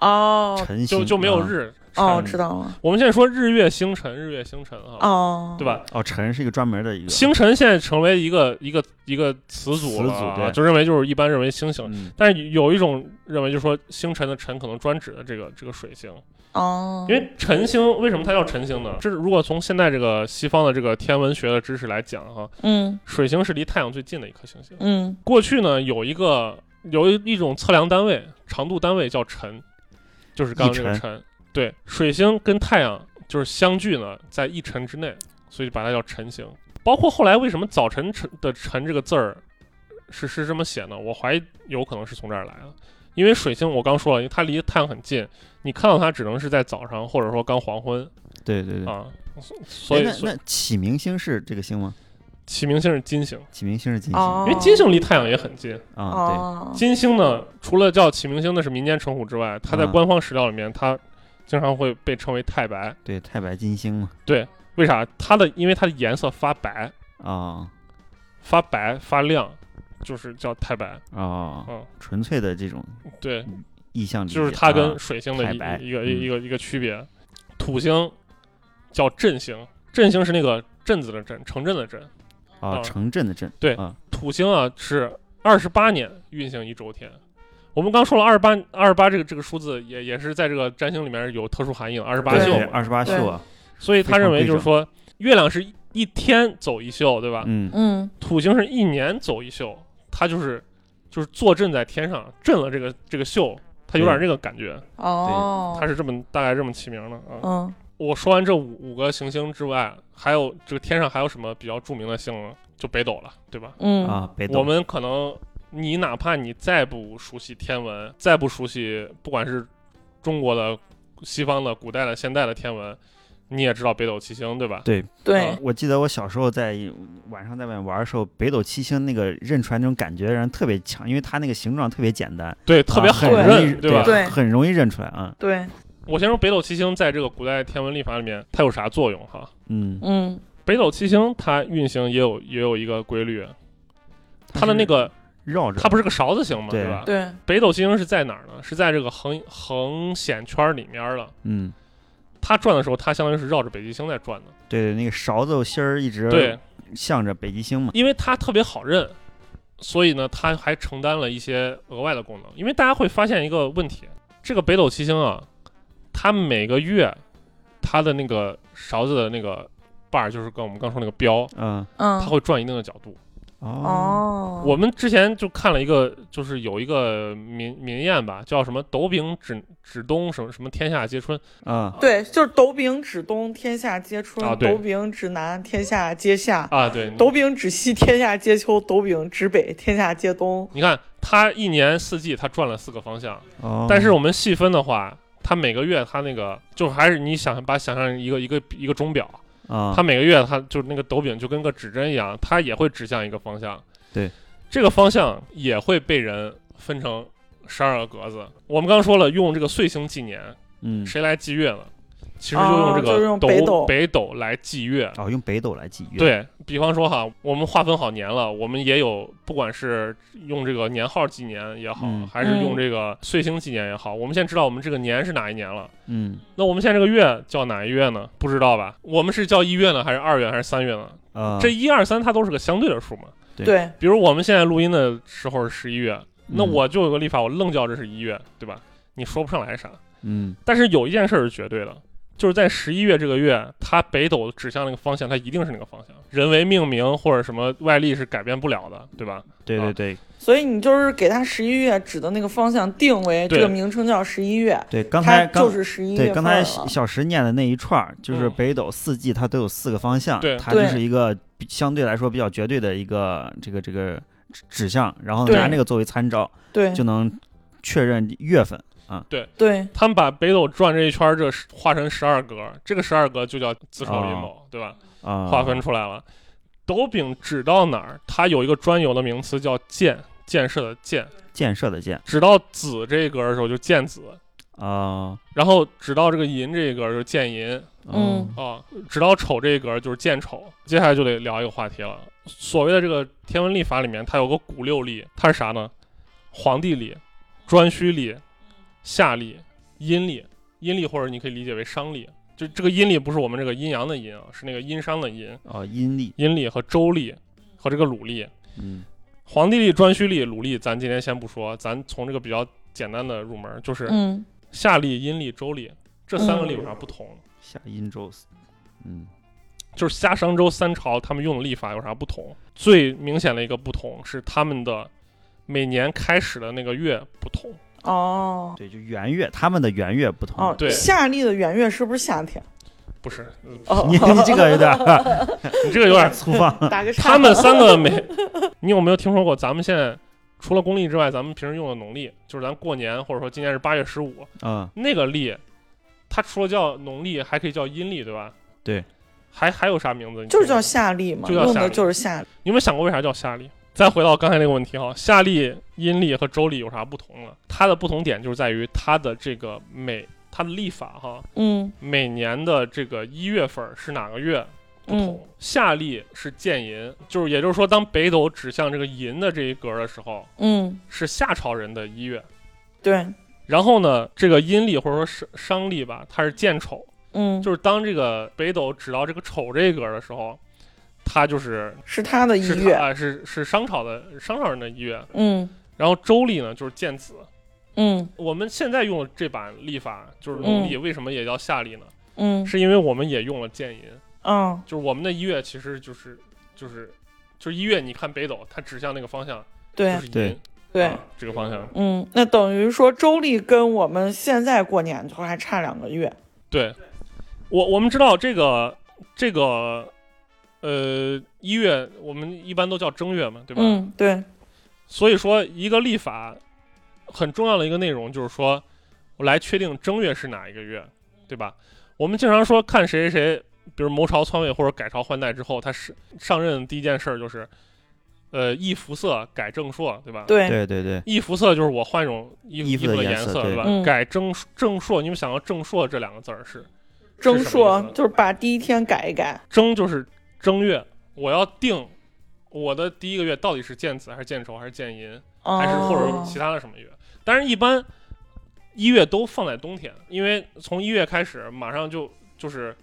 Speaker 4: 哦
Speaker 3: 晨
Speaker 1: 就
Speaker 3: 星
Speaker 1: 就没有
Speaker 3: 啊
Speaker 1: 日。
Speaker 4: 哦，
Speaker 1: 晨
Speaker 4: 知道了。
Speaker 1: 我们现在说日月星辰，日月星辰啊，
Speaker 4: 哦，
Speaker 1: 对？吧？
Speaker 3: 哦，晨是一个专门的一个
Speaker 1: 星辰现在成为一个一个一个词组了
Speaker 3: 词组对
Speaker 1: 啊，就认为就是一般认为星星，
Speaker 3: 嗯
Speaker 1: 但是有一种认为就是说星辰的辰可能专指的这个这个水星，
Speaker 4: 哦，
Speaker 1: 因为晨星为什么它叫晨星呢？这是如果从现在这个西方的这个天文学的知识来讲哈、
Speaker 4: 嗯
Speaker 1: 水星是离太阳最近的一颗行星。
Speaker 4: 嗯
Speaker 1: 过去呢有一个有一一种测量单位长度单位叫辰，就是刚刚这个
Speaker 3: 一
Speaker 1: 辰。对，水星跟太阳就是相距呢在一辰之内，所以把它叫辰星。包括后来为什么早晨晨的晨这个字儿是是这么写呢？我怀疑有可能是从这儿来的，因为水星我刚说了，它离太阳很近，你看到它只能是在早上或者说刚黄昏
Speaker 3: 对对对。
Speaker 1: 啊，所以
Speaker 3: 哎
Speaker 1: 所
Speaker 3: 那
Speaker 1: 以
Speaker 3: 那启明星是这个星吗？
Speaker 1: 启明星是金星，
Speaker 3: 启明星是金星啊
Speaker 4: 哦，
Speaker 1: 因为金星离太阳也很近。，
Speaker 3: 对，
Speaker 4: 哦，
Speaker 1: 金星呢，除了叫启明星，那是民间称呼之外，它在
Speaker 3: 啊
Speaker 1: 官方史料里面，它经常会被称为太白。
Speaker 3: 对，太白金星嘛，
Speaker 1: 为啥？它的因为它的颜色发白，
Speaker 3: 啊
Speaker 1: 发白发亮，就是叫太白。
Speaker 3: 啊，
Speaker 1: 嗯，
Speaker 3: 纯粹的这种
Speaker 1: 对，
Speaker 3: 意象理解，
Speaker 1: 就是它跟
Speaker 3: 啊
Speaker 1: 水星的
Speaker 3: 太
Speaker 1: 一
Speaker 3: 白
Speaker 1: 一个
Speaker 3: 嗯
Speaker 1: 一个一个区别。土星叫镇星，镇星是那个镇子的镇，城镇的镇。啊
Speaker 3: 啊城镇的镇，
Speaker 1: 对
Speaker 3: 啊，
Speaker 1: 土星啊是二十八年运行一周天。我们刚说了二十八二十八这个这个数字也也是在这个占星里面有特殊含义了，二十八
Speaker 4: 对
Speaker 1: 宿嘛。
Speaker 3: 二十八宿啊，
Speaker 1: 所以他
Speaker 3: 非常
Speaker 1: 认为
Speaker 3: 规
Speaker 1: 就是
Speaker 3: 整
Speaker 1: 说，月亮是一天走一宿，对吧？
Speaker 3: 嗯
Speaker 4: 嗯
Speaker 1: 土星是一年走一宿，它就是就是坐镇在天上，镇了这个这个宿，它有点这个感觉，
Speaker 4: 哦，
Speaker 1: 它是这么大概这么起名的啊。
Speaker 4: 嗯
Speaker 1: 我说完这五五个行星之外，还有这个天上还有什么比较著名的星呢？就北斗了，对吧？
Speaker 4: 嗯
Speaker 3: 啊，北斗
Speaker 1: 我们可能你哪怕你再不熟悉天文，再不熟悉，不管是中国的、西方的、古代的、现代的天文，你也知道北斗七星，对吧？啊
Speaker 4: 对，
Speaker 3: 我记得我小时候在晚上在外面玩的时候，北斗七星那个认出来那种感觉让人特别强，因为它那个形状特别简单，
Speaker 1: 对，特别
Speaker 3: 啊
Speaker 1: 好
Speaker 3: 很容易
Speaker 1: 认，吧？
Speaker 4: 对
Speaker 3: 很容易认出来啊。
Speaker 4: 对，
Speaker 1: 我先说北斗七星在这个古代天文历法里面它有啥作用哈？
Speaker 3: 嗯，
Speaker 4: 嗯
Speaker 1: 北斗七星它运行也有也有一个规律，它的那个
Speaker 3: 是绕着
Speaker 1: 它不是个勺子形嘛，
Speaker 3: 对
Speaker 1: 吧？
Speaker 4: 对，
Speaker 1: 北斗七星是在哪儿呢？是在这个横横线圈里面的。
Speaker 3: 嗯，
Speaker 1: 它转的时候，它相当于是绕着北极星在转的。
Speaker 3: 对对，那个勺子芯儿一直
Speaker 1: 对，
Speaker 3: 向着北极星嘛。
Speaker 1: 因为它特别好认，所以呢，它还承担了一些额外的功能。因为大家会发现一个问题，这个北斗七星啊，它每个月它的那个勺子的那个把儿，就是跟我们刚说那个标，
Speaker 3: 嗯，
Speaker 4: 嗯，
Speaker 1: 它会转一定的角度。
Speaker 3: 哦，
Speaker 4: 哦，
Speaker 1: 我们之前就看了一个，就是有一个民民谚吧，叫什么“斗柄指指东”什么什么“天下皆春
Speaker 3: 啊，
Speaker 4: 对，就是斗柄指东，天下皆春；
Speaker 1: 啊对
Speaker 4: 斗柄指南，天下皆夏”；
Speaker 1: 啊，对，你
Speaker 4: 斗柄指西，天下皆秋；斗柄指北，天下皆冬。
Speaker 1: 你看它一年四季它转了四个方向，
Speaker 3: 哦，
Speaker 1: 但是我们细分的话，它每个月它那个就还是你想把想象一个一个一个钟表，
Speaker 3: 啊，
Speaker 1: 它每个月它就是那个斗柄就跟个指针一样，它也会指向一个方向。
Speaker 3: 对，
Speaker 1: 这个方向也会被人分成十二个格子。我们刚说了，用这个岁星纪年，
Speaker 3: 嗯，
Speaker 1: 谁来祭月呢？其实就用这
Speaker 4: 哦就是
Speaker 1: 个
Speaker 4: 用
Speaker 1: 斗、
Speaker 4: 北斗
Speaker 1: 北斗来祭月。
Speaker 3: 哦，用北斗来记月。，
Speaker 1: 对比方说哈，我们划分好年了，我们也有不管是用这个年号纪年也好，
Speaker 3: 嗯
Speaker 1: 还是用这个岁星纪年也好，我们现在知道我们这个年是哪一年了。
Speaker 3: 嗯，
Speaker 1: 那我们现在这个月叫哪一月呢？不知道吧？我们是叫一月呢，还是二月，还是三月呢？
Speaker 3: 啊，
Speaker 1: 这一二三它都是个相对的数嘛。
Speaker 3: 对
Speaker 4: 对，
Speaker 1: 比如我们现在录音的时候是十一月，那
Speaker 3: 嗯
Speaker 1: 我就有个立法，我愣叫这是一月，对吧？你说不上来啥。
Speaker 3: 嗯，
Speaker 1: 但是有一件事儿是绝对的，就是在十一月这个月，它北斗指向那个方向，它一定是那个方向。人为命名或者什么外力是改变不了的，对吧？
Speaker 3: 对
Speaker 1: 啊
Speaker 3: 对对
Speaker 4: 所以你就是给它十一月指的那个方向定为
Speaker 1: 对
Speaker 4: 这个名称叫十一月，
Speaker 3: 对，刚
Speaker 4: 它
Speaker 3: 才刚
Speaker 4: 就是十一月
Speaker 3: 对，
Speaker 4: 份
Speaker 3: 刚才
Speaker 4: 了。
Speaker 3: 小小石念的那一串儿，就是
Speaker 1: 嗯
Speaker 3: 北斗四季，它都有四个方向，
Speaker 1: 对
Speaker 3: 它就
Speaker 4: 对
Speaker 3: 是一个比相对来说比较绝对的一个这个这个指指向，然后
Speaker 4: 对
Speaker 3: 拿那个作为参照，
Speaker 4: 对
Speaker 3: 就能确认月份。
Speaker 4: 对
Speaker 1: 他们把北斗转这一圈儿，这是画成十二格，这个十二格就叫子丑寅卯，对吧？
Speaker 3: 啊，
Speaker 1: 划分出来了。斗柄指到哪儿，它有一个专有的名词叫建，建设的建。
Speaker 3: 建设的建
Speaker 1: 指到子这一格的时候就建子，
Speaker 3: 啊，
Speaker 1: 然后指到这个寅这一格就是建寅，
Speaker 3: 哦
Speaker 4: 嗯，
Speaker 1: 啊，指到丑这一格就是见丑。接下来就得聊一个话题了。所谓的这个天文历法里面，它有个古六历，它是啥呢？黄帝历、颛顼历、夏历、阴历，阴历或者你可以理解为商历，就这个阴历不是我们这个阴阳的阴啊，是那个殷商的殷，
Speaker 3: 哦，阴历，
Speaker 1: 阴历和周历和这个鲁历。
Speaker 3: 嗯，
Speaker 1: 黄帝历、颛顼历、鲁历，咱今天先不说，咱从这个比较简单的入门，就是
Speaker 4: 嗯，
Speaker 1: 夏历、阴历、周历这三个
Speaker 4: 嗯
Speaker 1: 历有啥不同？
Speaker 3: 夏殷周，嗯，
Speaker 1: 就是夏商周三朝他们用的历法有啥不同？最明显的一个不同是他们的每年开始的那个月不同。
Speaker 4: 哦
Speaker 3: 对，就元月，他们的元月不同。
Speaker 4: 哦，
Speaker 1: 对
Speaker 4: 夏历的元月是不是夏天？
Speaker 1: 不是，呃
Speaker 4: 哦，
Speaker 3: 你你这个有点儿
Speaker 1: 你这 个有点
Speaker 3: 粗放。
Speaker 4: 打个岔。
Speaker 1: 他们三个没， 你有没有听说过？咱们现在除了公历之外，咱们平时用的农历，就是咱过年或者说今年是八月十五
Speaker 3: 嗯，
Speaker 1: 那个历，它除了叫农历，还可以叫阴历，对吧？
Speaker 3: 对，
Speaker 1: 还还有啥名字？你
Speaker 4: 就是
Speaker 1: 知道
Speaker 4: 叫
Speaker 1: 吗
Speaker 4: 夏历嘛，
Speaker 1: 就叫夏历
Speaker 4: 用的就是夏历。
Speaker 1: 你有没有想过为啥叫夏历？再回到刚才那个问题哈，夏历、阴历和周历有啥不同呢？它的不同点就是在于它的这个每它的历法哈，
Speaker 4: 嗯
Speaker 1: 每年的这个一月份儿是哪个月不同。
Speaker 4: 嗯
Speaker 1: 夏历是建寅，就是也就是说，当北斗指向这个寅的这一格的时候，
Speaker 4: 嗯，
Speaker 1: 是夏朝人的一月。
Speaker 4: 对，
Speaker 1: 然后呢，这个阴历或者说商商历吧，它是建丑，
Speaker 4: 嗯，
Speaker 1: 就是当这个北斗指到这个丑这一格的时候，它就是
Speaker 4: 是他的一
Speaker 1: 是
Speaker 4: 月
Speaker 1: 他。啊，是是商朝的商朝人的一月。
Speaker 4: 嗯
Speaker 1: 然后周历呢，就是建子。
Speaker 4: 嗯
Speaker 1: 我们现在用的这版历法就是农历，为什么也叫夏历呢？
Speaker 4: 嗯
Speaker 1: 是因为我们也用了建寅，
Speaker 4: 嗯
Speaker 1: 就是我们的一月其实就是就是就是一月，你看北斗，它指向那个方向就
Speaker 4: 对
Speaker 1: 是
Speaker 3: 对
Speaker 1: 寅，
Speaker 4: 对
Speaker 1: 啊，这个方向，
Speaker 4: 嗯，那等于说周历跟我们现在过年就还差两个月。
Speaker 1: 对，我我们知道这个这个呃一月，我们一般都叫正月嘛，对吧？啊
Speaker 4: 嗯，对，
Speaker 1: 所以说一个历法很重要的一个内容就是说，我来确定正月是哪一个月，对吧？我们经常说看谁谁谁，比如谋朝篡位或者改朝换代之后，他是上任第一件事儿就是，呃，易服色，改正朔，对吧？
Speaker 4: 对，
Speaker 3: 对对对，
Speaker 1: 易服色就是我换一种衣
Speaker 3: 衣服
Speaker 1: 服
Speaker 3: 的
Speaker 1: 的
Speaker 3: 颜色
Speaker 1: 色，
Speaker 3: 对
Speaker 1: 吧？
Speaker 4: 嗯
Speaker 1: 改正正朔，你们想到正朔这两个字儿是
Speaker 4: 正
Speaker 1: 是什么
Speaker 4: 朔
Speaker 1: 意思呢
Speaker 4: 就是把第一天改一改。
Speaker 1: 正就是正月，我要定我的第一个月到底是建子还是建丑还是建寅，还是或者说
Speaker 4: 哦，
Speaker 1: 其他的什么月。但是，一般一月都放在冬天，因为从一月开始，马上就就是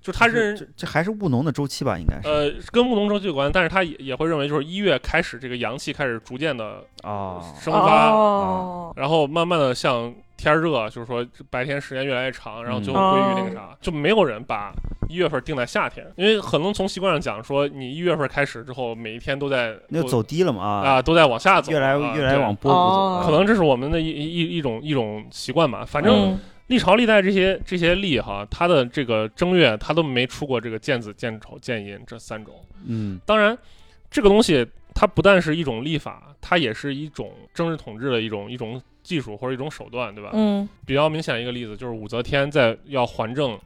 Speaker 1: 就他认
Speaker 3: 这这还是务农的周期吧，应该是。
Speaker 1: 呃跟务农周期有关，但是他也也会认为就是一月开始这个阳气开始逐渐的
Speaker 3: 哦，
Speaker 1: 生发，啊
Speaker 4: 哦，
Speaker 1: 然后慢慢的向天热，就是说白天时间越来越长，然后最后
Speaker 4: 嗯
Speaker 1: 归于那个啥，就没有人把一月份定在夏天，因为可能从习惯上讲说，你一月份开始之后，每一天都在
Speaker 3: 那就走低了嘛
Speaker 1: 啊、
Speaker 3: 啊，
Speaker 1: 都在往下走，
Speaker 3: 越来
Speaker 1: 啊
Speaker 3: 越来
Speaker 1: 对
Speaker 3: 往波谷走
Speaker 4: 哦
Speaker 3: 啊。
Speaker 1: 可能这是我们的一一一一种一种习惯吧。反正
Speaker 4: 嗯
Speaker 1: 历朝历代这些这些历哈，它的这个正月它都没出过这个建子、建丑、建寅这三种。
Speaker 3: 嗯，
Speaker 1: 当然，这个东西它不但是一种历法，它也是一种政治统治的一种一种技术或者一种手段，对吧？
Speaker 4: 嗯
Speaker 1: 比较明显的一个例子就是武则天在要还政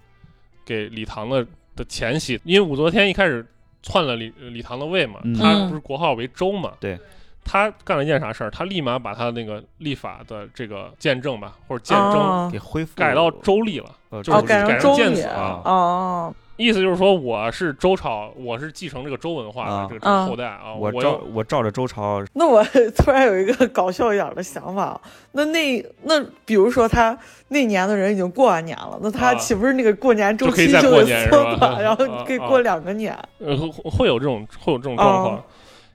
Speaker 1: 给李唐的的前夕，因为武则天一开始篡了李呃李唐的位嘛，
Speaker 3: 嗯
Speaker 1: 她不是国号为周嘛，
Speaker 3: 对。
Speaker 1: 她干了一件啥事儿？她立马把她那个立法的这个见证吧，或者见证
Speaker 4: 哦
Speaker 3: 给恢复
Speaker 1: 改到周历了，
Speaker 3: 呃
Speaker 1: 就是
Speaker 4: 哦改成
Speaker 1: 改成
Speaker 4: 周历
Speaker 1: 建子了。
Speaker 4: 哦，
Speaker 1: 意思就是说，我是周朝，我是继承这个周文化
Speaker 3: 啊
Speaker 1: 的这个这
Speaker 4: 嗯
Speaker 1: 个后代啊，
Speaker 3: 我
Speaker 1: 我
Speaker 3: 照
Speaker 1: 要
Speaker 3: 我照着周朝，
Speaker 4: 那我 突然有一个搞笑一点的想法，啊那那那比如说他那年的人已经过完年了，那他
Speaker 1: 啊
Speaker 4: 岂不是那个过年周
Speaker 1: 就可以
Speaker 4: 期
Speaker 1: 再过
Speaker 4: 得
Speaker 1: 年
Speaker 4: 缩
Speaker 1: 是吧
Speaker 4: 短，然后
Speaker 1: 啊啊
Speaker 4: 可以过两个年？
Speaker 1: 呃，会会有这种会有这种状
Speaker 4: 哦
Speaker 1: 况。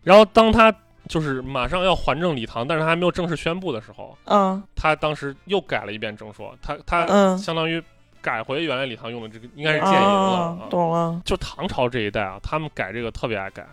Speaker 1: 然后当他就是马上要还政李唐，但是他还没有正式宣布的时候，
Speaker 4: 嗯
Speaker 1: 他当时又改了一遍正朔，他他
Speaker 4: 嗯，
Speaker 1: 相当于改回原来李唐用的这个，应该是建寅了。
Speaker 4: 啊
Speaker 1: 啊，
Speaker 4: 懂了。
Speaker 1: 就唐朝这一代啊，他们改这个特别爱改。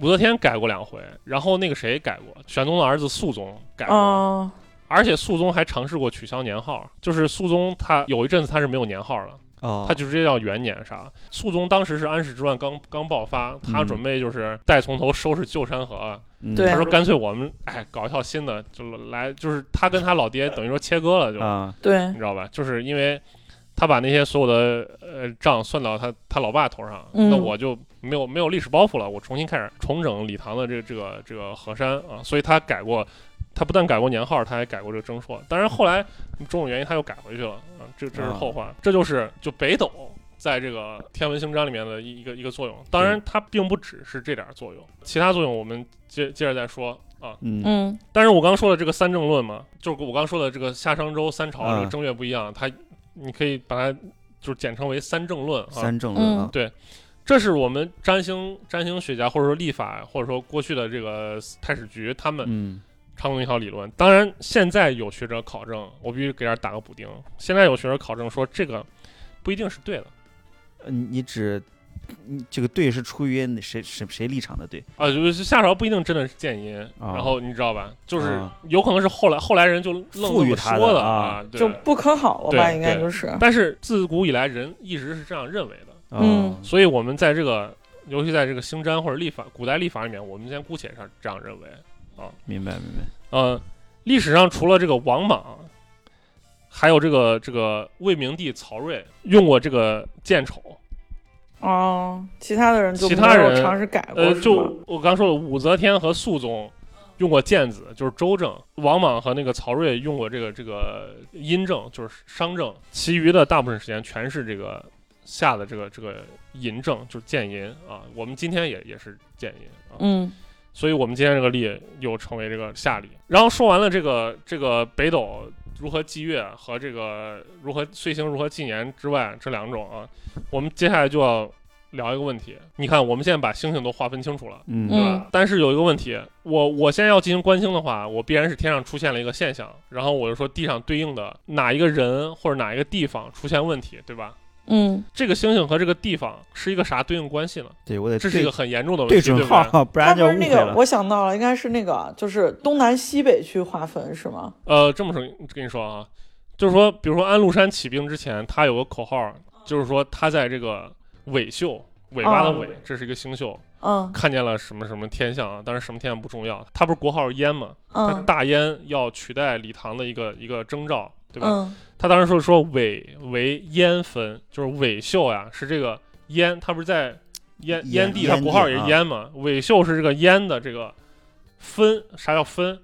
Speaker 1: 武则天改过两回，然后那个谁改过？玄宗的儿子肃宗改过，
Speaker 4: 哦，
Speaker 1: 而且肃宗还尝试过取消年号，就是肃宗他有一阵子他是没有年号了，
Speaker 3: 哦，
Speaker 1: 他就直接叫元年啥。肃宗当时是安史之乱刚刚爆发，他
Speaker 3: 嗯
Speaker 1: 准备就是带从头收拾旧山河啊，
Speaker 3: 嗯
Speaker 4: 对
Speaker 1: 他说干脆我们哎搞一套新的，就来就是他跟他老爹等于说切割了就，
Speaker 3: 啊，
Speaker 4: 对
Speaker 1: 你，知道吧？就是因为他把那些所有的呃账算到他他老爸头上，
Speaker 4: 嗯
Speaker 1: 那我就没有没有历史包袱了，我重新开始重整李唐的这个这个这个河山啊，所以他改过。他不但改过年号，他还改过这个征朔。当然，后来种种原因，他又改回去了。啊，这这是
Speaker 3: 啊
Speaker 1: 后话。
Speaker 4: 哦
Speaker 1: 这就是就北斗在这个天文星章里面的一一个一个作用。当然，它并不只是这点儿作用，其他作用我们接接着再说。啊
Speaker 3: 嗯
Speaker 5: 嗯
Speaker 1: 但是我刚说的这个三正论嘛，就是我刚说的这个夏商周三朝
Speaker 3: 啊
Speaker 1: 这个正月不一样，它你可以把它就是简称为三正论啊。
Speaker 3: 三正
Speaker 4: 嗯
Speaker 3: 论啊，
Speaker 1: 这是我们占星占星学家或者说历法或者说过去的这个太史局他们
Speaker 3: 嗯
Speaker 1: 长龙一条理论。当然，现在有学者考证，我必须给这儿打个补丁。现在有学者考证说这个不一定是对的
Speaker 3: 呃你你指你这个对是出于哪谁谁谁立场的对？
Speaker 1: 啊，就是夏朝不一定真的是建淫，
Speaker 3: 啊
Speaker 1: 然后你知道吧？就是
Speaker 3: 啊
Speaker 1: 有可能是后来后来人就愣这
Speaker 3: 赋予
Speaker 1: 么
Speaker 3: 它
Speaker 1: 说
Speaker 3: 的
Speaker 1: 的
Speaker 3: 啊
Speaker 1: 啊，对
Speaker 4: 就不可好了吧？
Speaker 1: 对
Speaker 4: 应该
Speaker 1: 对
Speaker 4: 就是
Speaker 1: 但是自古以来人一直是这样认为的，
Speaker 3: 哦
Speaker 1: 所以我们在这个，尤其在这个星占或者历法、古代历法里面，我们先姑且上这样认为。
Speaker 3: 明白明白。
Speaker 1: 呃，历史上除了这个王莽，还有这个这个魏明帝曹睿用过这个剑丑。
Speaker 4: 哦，其他的人就
Speaker 1: 其
Speaker 4: 没
Speaker 1: 他
Speaker 4: 有
Speaker 1: 人
Speaker 4: 尝试改过，
Speaker 1: 呃，
Speaker 4: 是吗
Speaker 1: 就我刚说的武则天和肃宗用过剑子，就是周正；王莽和那个曹睿用过这个这个殷政，就是商政。其余的大部分时间全是这个夏的这个这个银政，就是剑银啊。我们今天也也是剑银啊。
Speaker 5: 嗯
Speaker 1: 所以我们今天这个例又成为这个夏历。然后说完了这个这个北斗如何祭月和这个如何岁星如何纪年之外，这两种啊，我们接下来就要聊一个问题。你看，我们现在把星星都划分清楚了。对
Speaker 3: 嗯
Speaker 5: 嗯
Speaker 1: 吧？但是有一个问题，我我现在要进行观星的话，我必然是天上出现了一个现象，然后我就说地上对应的哪一个人或者哪一个地方出现问题，对吧？
Speaker 5: 嗯
Speaker 1: 这个星星和这个地方是一个啥对应关系呢？
Speaker 3: 对我得
Speaker 1: 这是一个很严重的问
Speaker 3: 对
Speaker 1: 题，
Speaker 3: 准
Speaker 1: 对吧？
Speaker 3: 号，不
Speaker 4: 他
Speaker 3: 然就
Speaker 4: 不
Speaker 3: 误
Speaker 4: 是那
Speaker 3: 会
Speaker 4: 个，
Speaker 3: 了。
Speaker 4: 我想到了，应该是那个，就是东南西北去划分是吗？
Speaker 1: 呃，这么说跟你说啊，就是说，比如说安禄山起兵之前，他有个口号，
Speaker 4: 哦
Speaker 1: 就是说他在这个尾宿，尾巴的尾，这是一个星宿，
Speaker 4: 嗯
Speaker 1: 看见了什么什么天象啊，但是什么天象不重要，他不是国号是燕吗？他
Speaker 4: 嗯
Speaker 1: 大燕要取代李唐的一个一个征兆，对吧？
Speaker 4: 嗯
Speaker 1: 他当时说说尾为燕分，就是尾秀呀，是这个燕，他不是在燕
Speaker 3: 燕
Speaker 1: 燕地，
Speaker 3: 燕
Speaker 1: 他
Speaker 3: 地
Speaker 1: 国号也是
Speaker 3: 啊
Speaker 1: 燕嘛，尾秀是这个燕的这个分，啥叫分？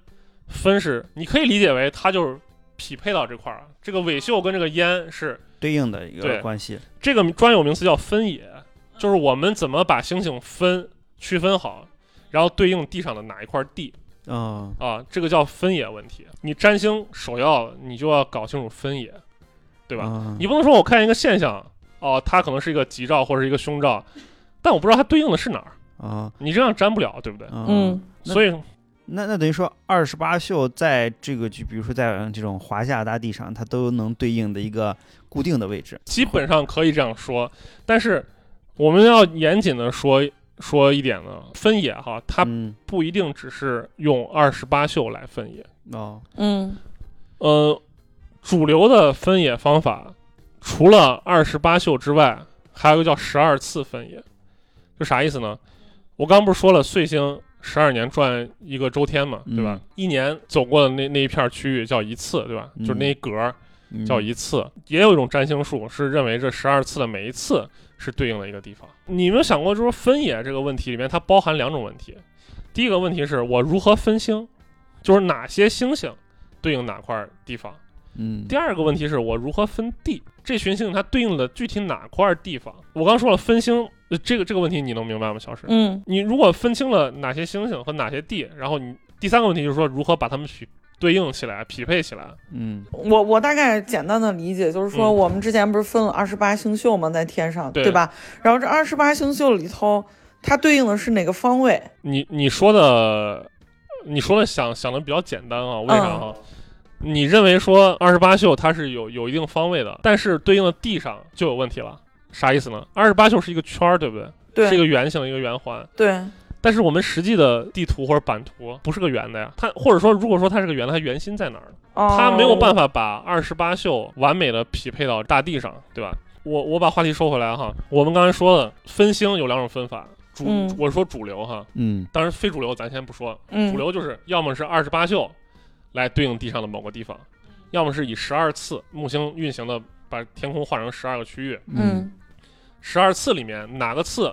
Speaker 1: 分是你可以理解为它就是匹配到这块儿啊，这个尾秀跟这个燕是
Speaker 3: 对应的一
Speaker 1: 对
Speaker 3: 个关系。
Speaker 1: 这个专有名词叫分野，就是我们怎么把星星分区分好，然后对应地上的哪一块地
Speaker 3: 嗯，
Speaker 1: 啊，这个叫分野问题。你占星首要你就要搞清楚分野，对吧？
Speaker 3: 吧
Speaker 1: 你不能说我看一个现象，哦，它可能是一个吉兆或者是一个凶兆，但我不知道它对应的是哪儿，
Speaker 3: 啊
Speaker 1: 你这样占不了，对不对？
Speaker 3: 啊
Speaker 5: 嗯，
Speaker 3: 那
Speaker 1: 所以
Speaker 3: 那那等于说二十八宿在这个就比如说在呃这种华夏大地上，它都能对应的一个固定的位置。
Speaker 1: 基本上可以这样说，但是我们要严谨的说说一点呢，分野哈，它
Speaker 3: 嗯
Speaker 1: 不一定只是用二十八宿来分野，
Speaker 3: 哦
Speaker 5: 嗯
Speaker 1: 呃，主流的分野方法除了二十八宿之外，还有一个叫十二次分野，就啥意思呢？我刚不是说了岁星十二年转一个周天嘛，对吧？一年走过的那那一片区域叫一次，对吧？
Speaker 3: 嗯
Speaker 1: 就是那一格儿
Speaker 3: 嗯
Speaker 1: 叫一次。也有一种占星术是认为这十二次的每一次是对应的一个地方。你有没有想过，就是分野这个问题里面它包含两种问题？第一个问题是我如何分星，就是哪些星星对应哪块儿地方。
Speaker 3: 嗯
Speaker 1: 第二个问题是我如何分地，这群星它对应的具体哪块儿地方？我刚说了分星，呃这个这个问题你能明白吗，小石？
Speaker 5: 嗯
Speaker 1: 你如果分清了哪些星星和哪些地，然后你第三个问题就是说如何把它们匹对应起来、匹配起来。
Speaker 3: 嗯
Speaker 4: 我我大概简单的理解就是说，
Speaker 1: 嗯
Speaker 4: 我们之前不是分了二十八星宿吗？在天上，
Speaker 1: 对
Speaker 4: 对吧？然后这二十八星宿里头，它对应的是哪个方位？
Speaker 1: 你你说的，你说的想想的比较简单啊，为啥
Speaker 4: 嗯
Speaker 1: 啊？你认为说二十八宿它是有有一定方位的，但是对应的地上就有问题了，啥意思呢？二十八宿是一个圈儿，对不对？是一
Speaker 4: 对
Speaker 1: 个圆形，一个圆环。
Speaker 4: 对，
Speaker 1: 但是我们实际的地图或者版图不是个圆的呀，它或者说如果说它是个圆的，它圆心在哪儿呢？
Speaker 4: 哦，
Speaker 1: 它没有办法把二十八宿完美的匹配到大地上，对吧？我我把话题收回来哈，我们刚才说了分星有两种分法，主、
Speaker 5: 嗯
Speaker 1: 我说主流哈，
Speaker 3: 嗯
Speaker 1: 当然非主流咱先不说，
Speaker 4: 嗯，
Speaker 1: 主流就是要么是二十八宿来对应地上的某个地方，
Speaker 3: 嗯
Speaker 1: 要么是以十二次木星运行的把天空画成十二个区域，
Speaker 5: 嗯
Speaker 1: 十二次里面哪个次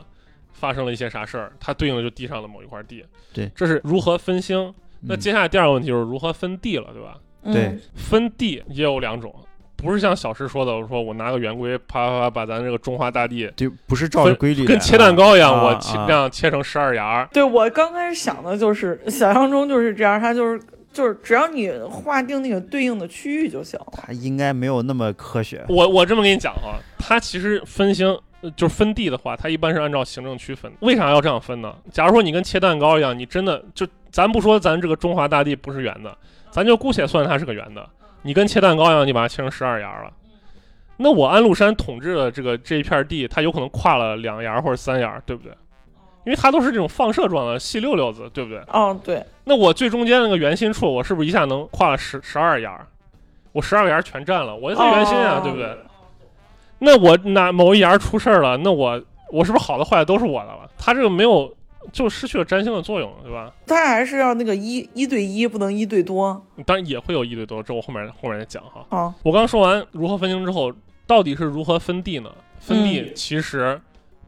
Speaker 1: 发生了一些啥事儿，它对应的就地上的某一块地。
Speaker 3: 对
Speaker 1: 这是如何分星。那
Speaker 3: 嗯
Speaker 1: 接下来第二个问题就是如何分地了，对吧？
Speaker 5: 嗯
Speaker 3: 对
Speaker 1: 分地也有两种，不是像小石说的，我说我拿个圆规啪啪啪把咱这个中华大地
Speaker 3: 就不是照着
Speaker 1: 分
Speaker 3: 规律
Speaker 1: 跟
Speaker 3: 来
Speaker 1: 切
Speaker 3: 啊
Speaker 1: 蛋糕一样，
Speaker 3: 啊
Speaker 1: 我
Speaker 3: 啊
Speaker 1: 切这样切成十二芽儿。
Speaker 4: 对我刚开始想的就是想象中就是这样，它就是就是只要你划定那个对应的区域就行了。
Speaker 3: 它应该没有那么科学。
Speaker 1: 我我这么跟你讲啊，它其实分星。呃就是分地的话，它一般是按照行政区分的。为啥要这样分呢？假如说你跟切蛋糕一样，你真的就咱不说咱这个中华大地不是圆的，咱就姑且算它是个圆的。你跟切蛋糕一样，你把它切成十二芽儿了，那我安禄山统治的这个这一片地，它有可能跨了两芽儿或者三芽儿，对不对？因为它都是这种放射状的细溜溜子，对不对？
Speaker 4: 哦，对，
Speaker 1: 那我最中间那个圆心处，我是不是一下能跨了十十二芽儿？我十二芽儿全占了，我就在圆心啊，
Speaker 4: 哦
Speaker 1: 对不对？那我哪某一芽儿出事儿了，那我我是不是好的坏的都是我的了？它这个没有就失去了占星的作用了，对吧？
Speaker 4: 它还是要那个一一对一，不能一对多
Speaker 1: 当然也会有一对多，这我后面后面再讲哈。
Speaker 4: 啊。
Speaker 1: 我刚说完如何分星之后，到底是如何分地呢？分地其实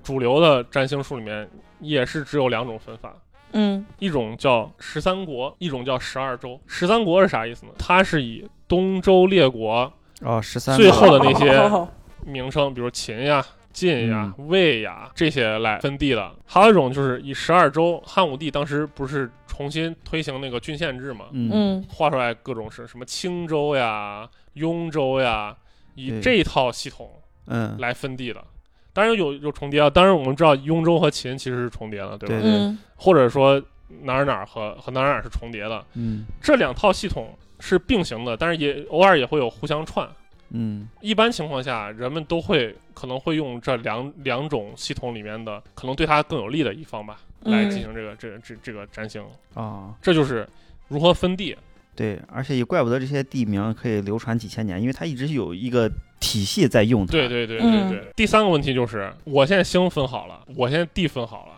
Speaker 1: 主流的占星术里面也是只有两种分法，
Speaker 4: 嗯
Speaker 1: 一种叫十三国，一种叫十二州。十三国是啥意思呢？它是以东周列国
Speaker 3: 哦，十三
Speaker 1: 最后的那些
Speaker 4: 好好好
Speaker 1: 名称，比如秦呀、晋呀、
Speaker 3: 嗯
Speaker 1: 魏呀这些来分地的。还有一种就是以十二州，汉武帝当时不是重新推行那个郡县制嘛，
Speaker 3: 嗯
Speaker 4: 嗯
Speaker 1: 画出来各种是什么青州呀、雍州呀，以
Speaker 3: 对
Speaker 1: 这一套系统
Speaker 3: 嗯
Speaker 1: 来分地的。当然有有重叠啊，当然我们知道雍州和秦其实是重叠的，对吧？
Speaker 3: 对
Speaker 4: 嗯
Speaker 1: 或者说哪儿哪儿和和哪儿哪儿是重叠的，
Speaker 3: 嗯
Speaker 1: 这两套系统是并行的，但是也偶尔也会有互相串。
Speaker 3: 嗯
Speaker 1: 一般情况下，人们都会可能会用这两两种系统里面的可能对他更有利的一方吧，
Speaker 4: 嗯
Speaker 1: 来
Speaker 5: 嗯
Speaker 1: 进行这个、这这这个占星。
Speaker 3: 哦，
Speaker 1: 这就是如何分地。
Speaker 3: 对，而且也怪不得这些地名可以流传几千年，因为它一直有一个体系在用它。
Speaker 1: 对对对对对。第三个问题就是，我现在星分好了，我现在地分好了，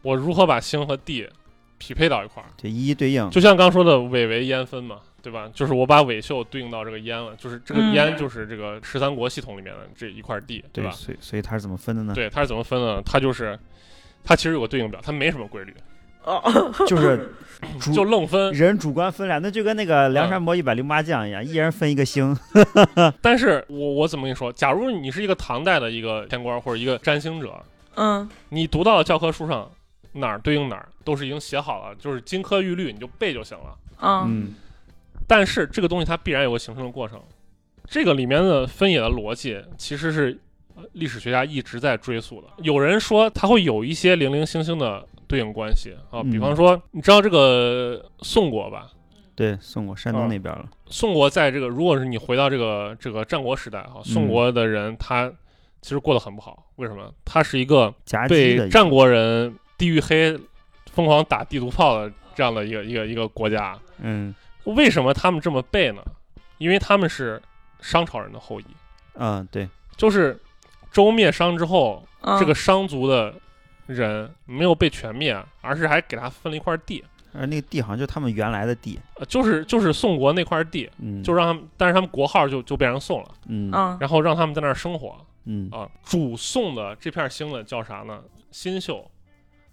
Speaker 1: 我如何把星和地匹配到一块儿？
Speaker 3: 对，一一对应。
Speaker 1: 就像刚说的尾为烟分嘛，对吧？就是我把尾秀对应到这个烟了，就是这个
Speaker 4: 嗯
Speaker 1: 烟就是这个十三国系统里面的这一块地，对
Speaker 3: 对，
Speaker 1: 吧？
Speaker 3: 所以所以它是怎么分的呢？
Speaker 1: 对，它是怎么分的呢？它就是它其实有个对应表，它没什么规律，
Speaker 4: 哦，
Speaker 3: 就是主
Speaker 1: 就愣分。
Speaker 3: 人主观分俩，那就跟那个
Speaker 1: 嗯
Speaker 3: 梁山伯一百零八将一样，一人分一个星。
Speaker 1: 但是我我怎么跟你说？假如你是一个唐代的一个天官或者一个占星者，
Speaker 4: 嗯
Speaker 1: 你读到的教科书上哪儿对应哪儿都是已经写好了，就是金科玉律，你就背就行了。
Speaker 4: 嗯
Speaker 3: 嗯
Speaker 1: 但是这个东西它必然有个形成的过程，这个里面的分野的逻辑其实是呃历史学家一直在追溯的。有人说它会有一些零零星星的对应关系啊，比
Speaker 3: 嗯
Speaker 1: 方说你知道这个宋国吧？
Speaker 3: 对，送过山
Speaker 1: 啊
Speaker 3: 东那边了。
Speaker 1: 宋国在这个，如果是你回到这个这个战国时代啊，
Speaker 3: 嗯
Speaker 1: 宋国的人他其实过得很不好，为什么？他是一个
Speaker 3: 夹击的
Speaker 1: 被
Speaker 3: 一
Speaker 1: 战国人地域黑疯狂打地图炮的这样的一个一个一个国家。
Speaker 3: 嗯
Speaker 1: 为什么他们这么背呢？因为他们是商朝人的后裔，
Speaker 3: 啊对，
Speaker 1: 就是周灭商之后，
Speaker 4: 嗯，
Speaker 1: 这个商族的人没有被全灭，啊而是还给他分了一块地，
Speaker 3: 而那个地好像就他们原来的地。
Speaker 1: 呃，就是就是宋国那块地，
Speaker 3: 嗯，
Speaker 1: 就是让他们，但是他们国号就就变成宋了。
Speaker 3: 嗯
Speaker 4: 嗯
Speaker 1: 然后让他们在那儿生活
Speaker 3: 嗯
Speaker 1: 啊。主送的这片星呢叫啥呢？新宿。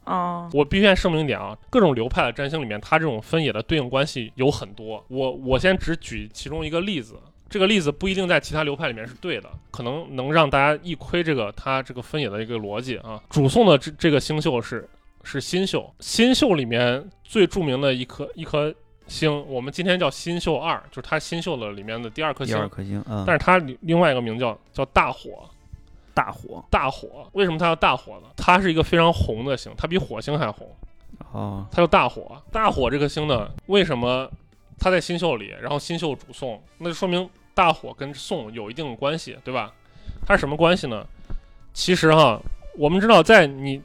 Speaker 4: 哦
Speaker 1: 我必须先声明一点啊，各种流派的占星里面，它这种分野的对应关系有很多。我我先只举其中一个例子，这个例子不一定在其他流派里面是对的，可能能让大家一窥这个它这个分野的一个逻辑啊。主送的这这个星宿是是新宿，新宿里面最著名的一颗一颗星，我们今天叫新宿二，就是它新宿的里面的第二颗
Speaker 3: 第
Speaker 1: 星
Speaker 3: 二，颗星啊，
Speaker 1: 但是它里另外一个名叫叫大火。
Speaker 3: 大火
Speaker 1: 大火。为什么它叫大火呢？它是一个非常红的星，它比火星还红，
Speaker 3: 哦，
Speaker 1: 它叫大火。大火这个星呢，为什么它在新宿里，然后新宿主宋，那就说明大火跟宋有一定的关系，对吧？它是什么关系呢？其实哈，我们知道，在你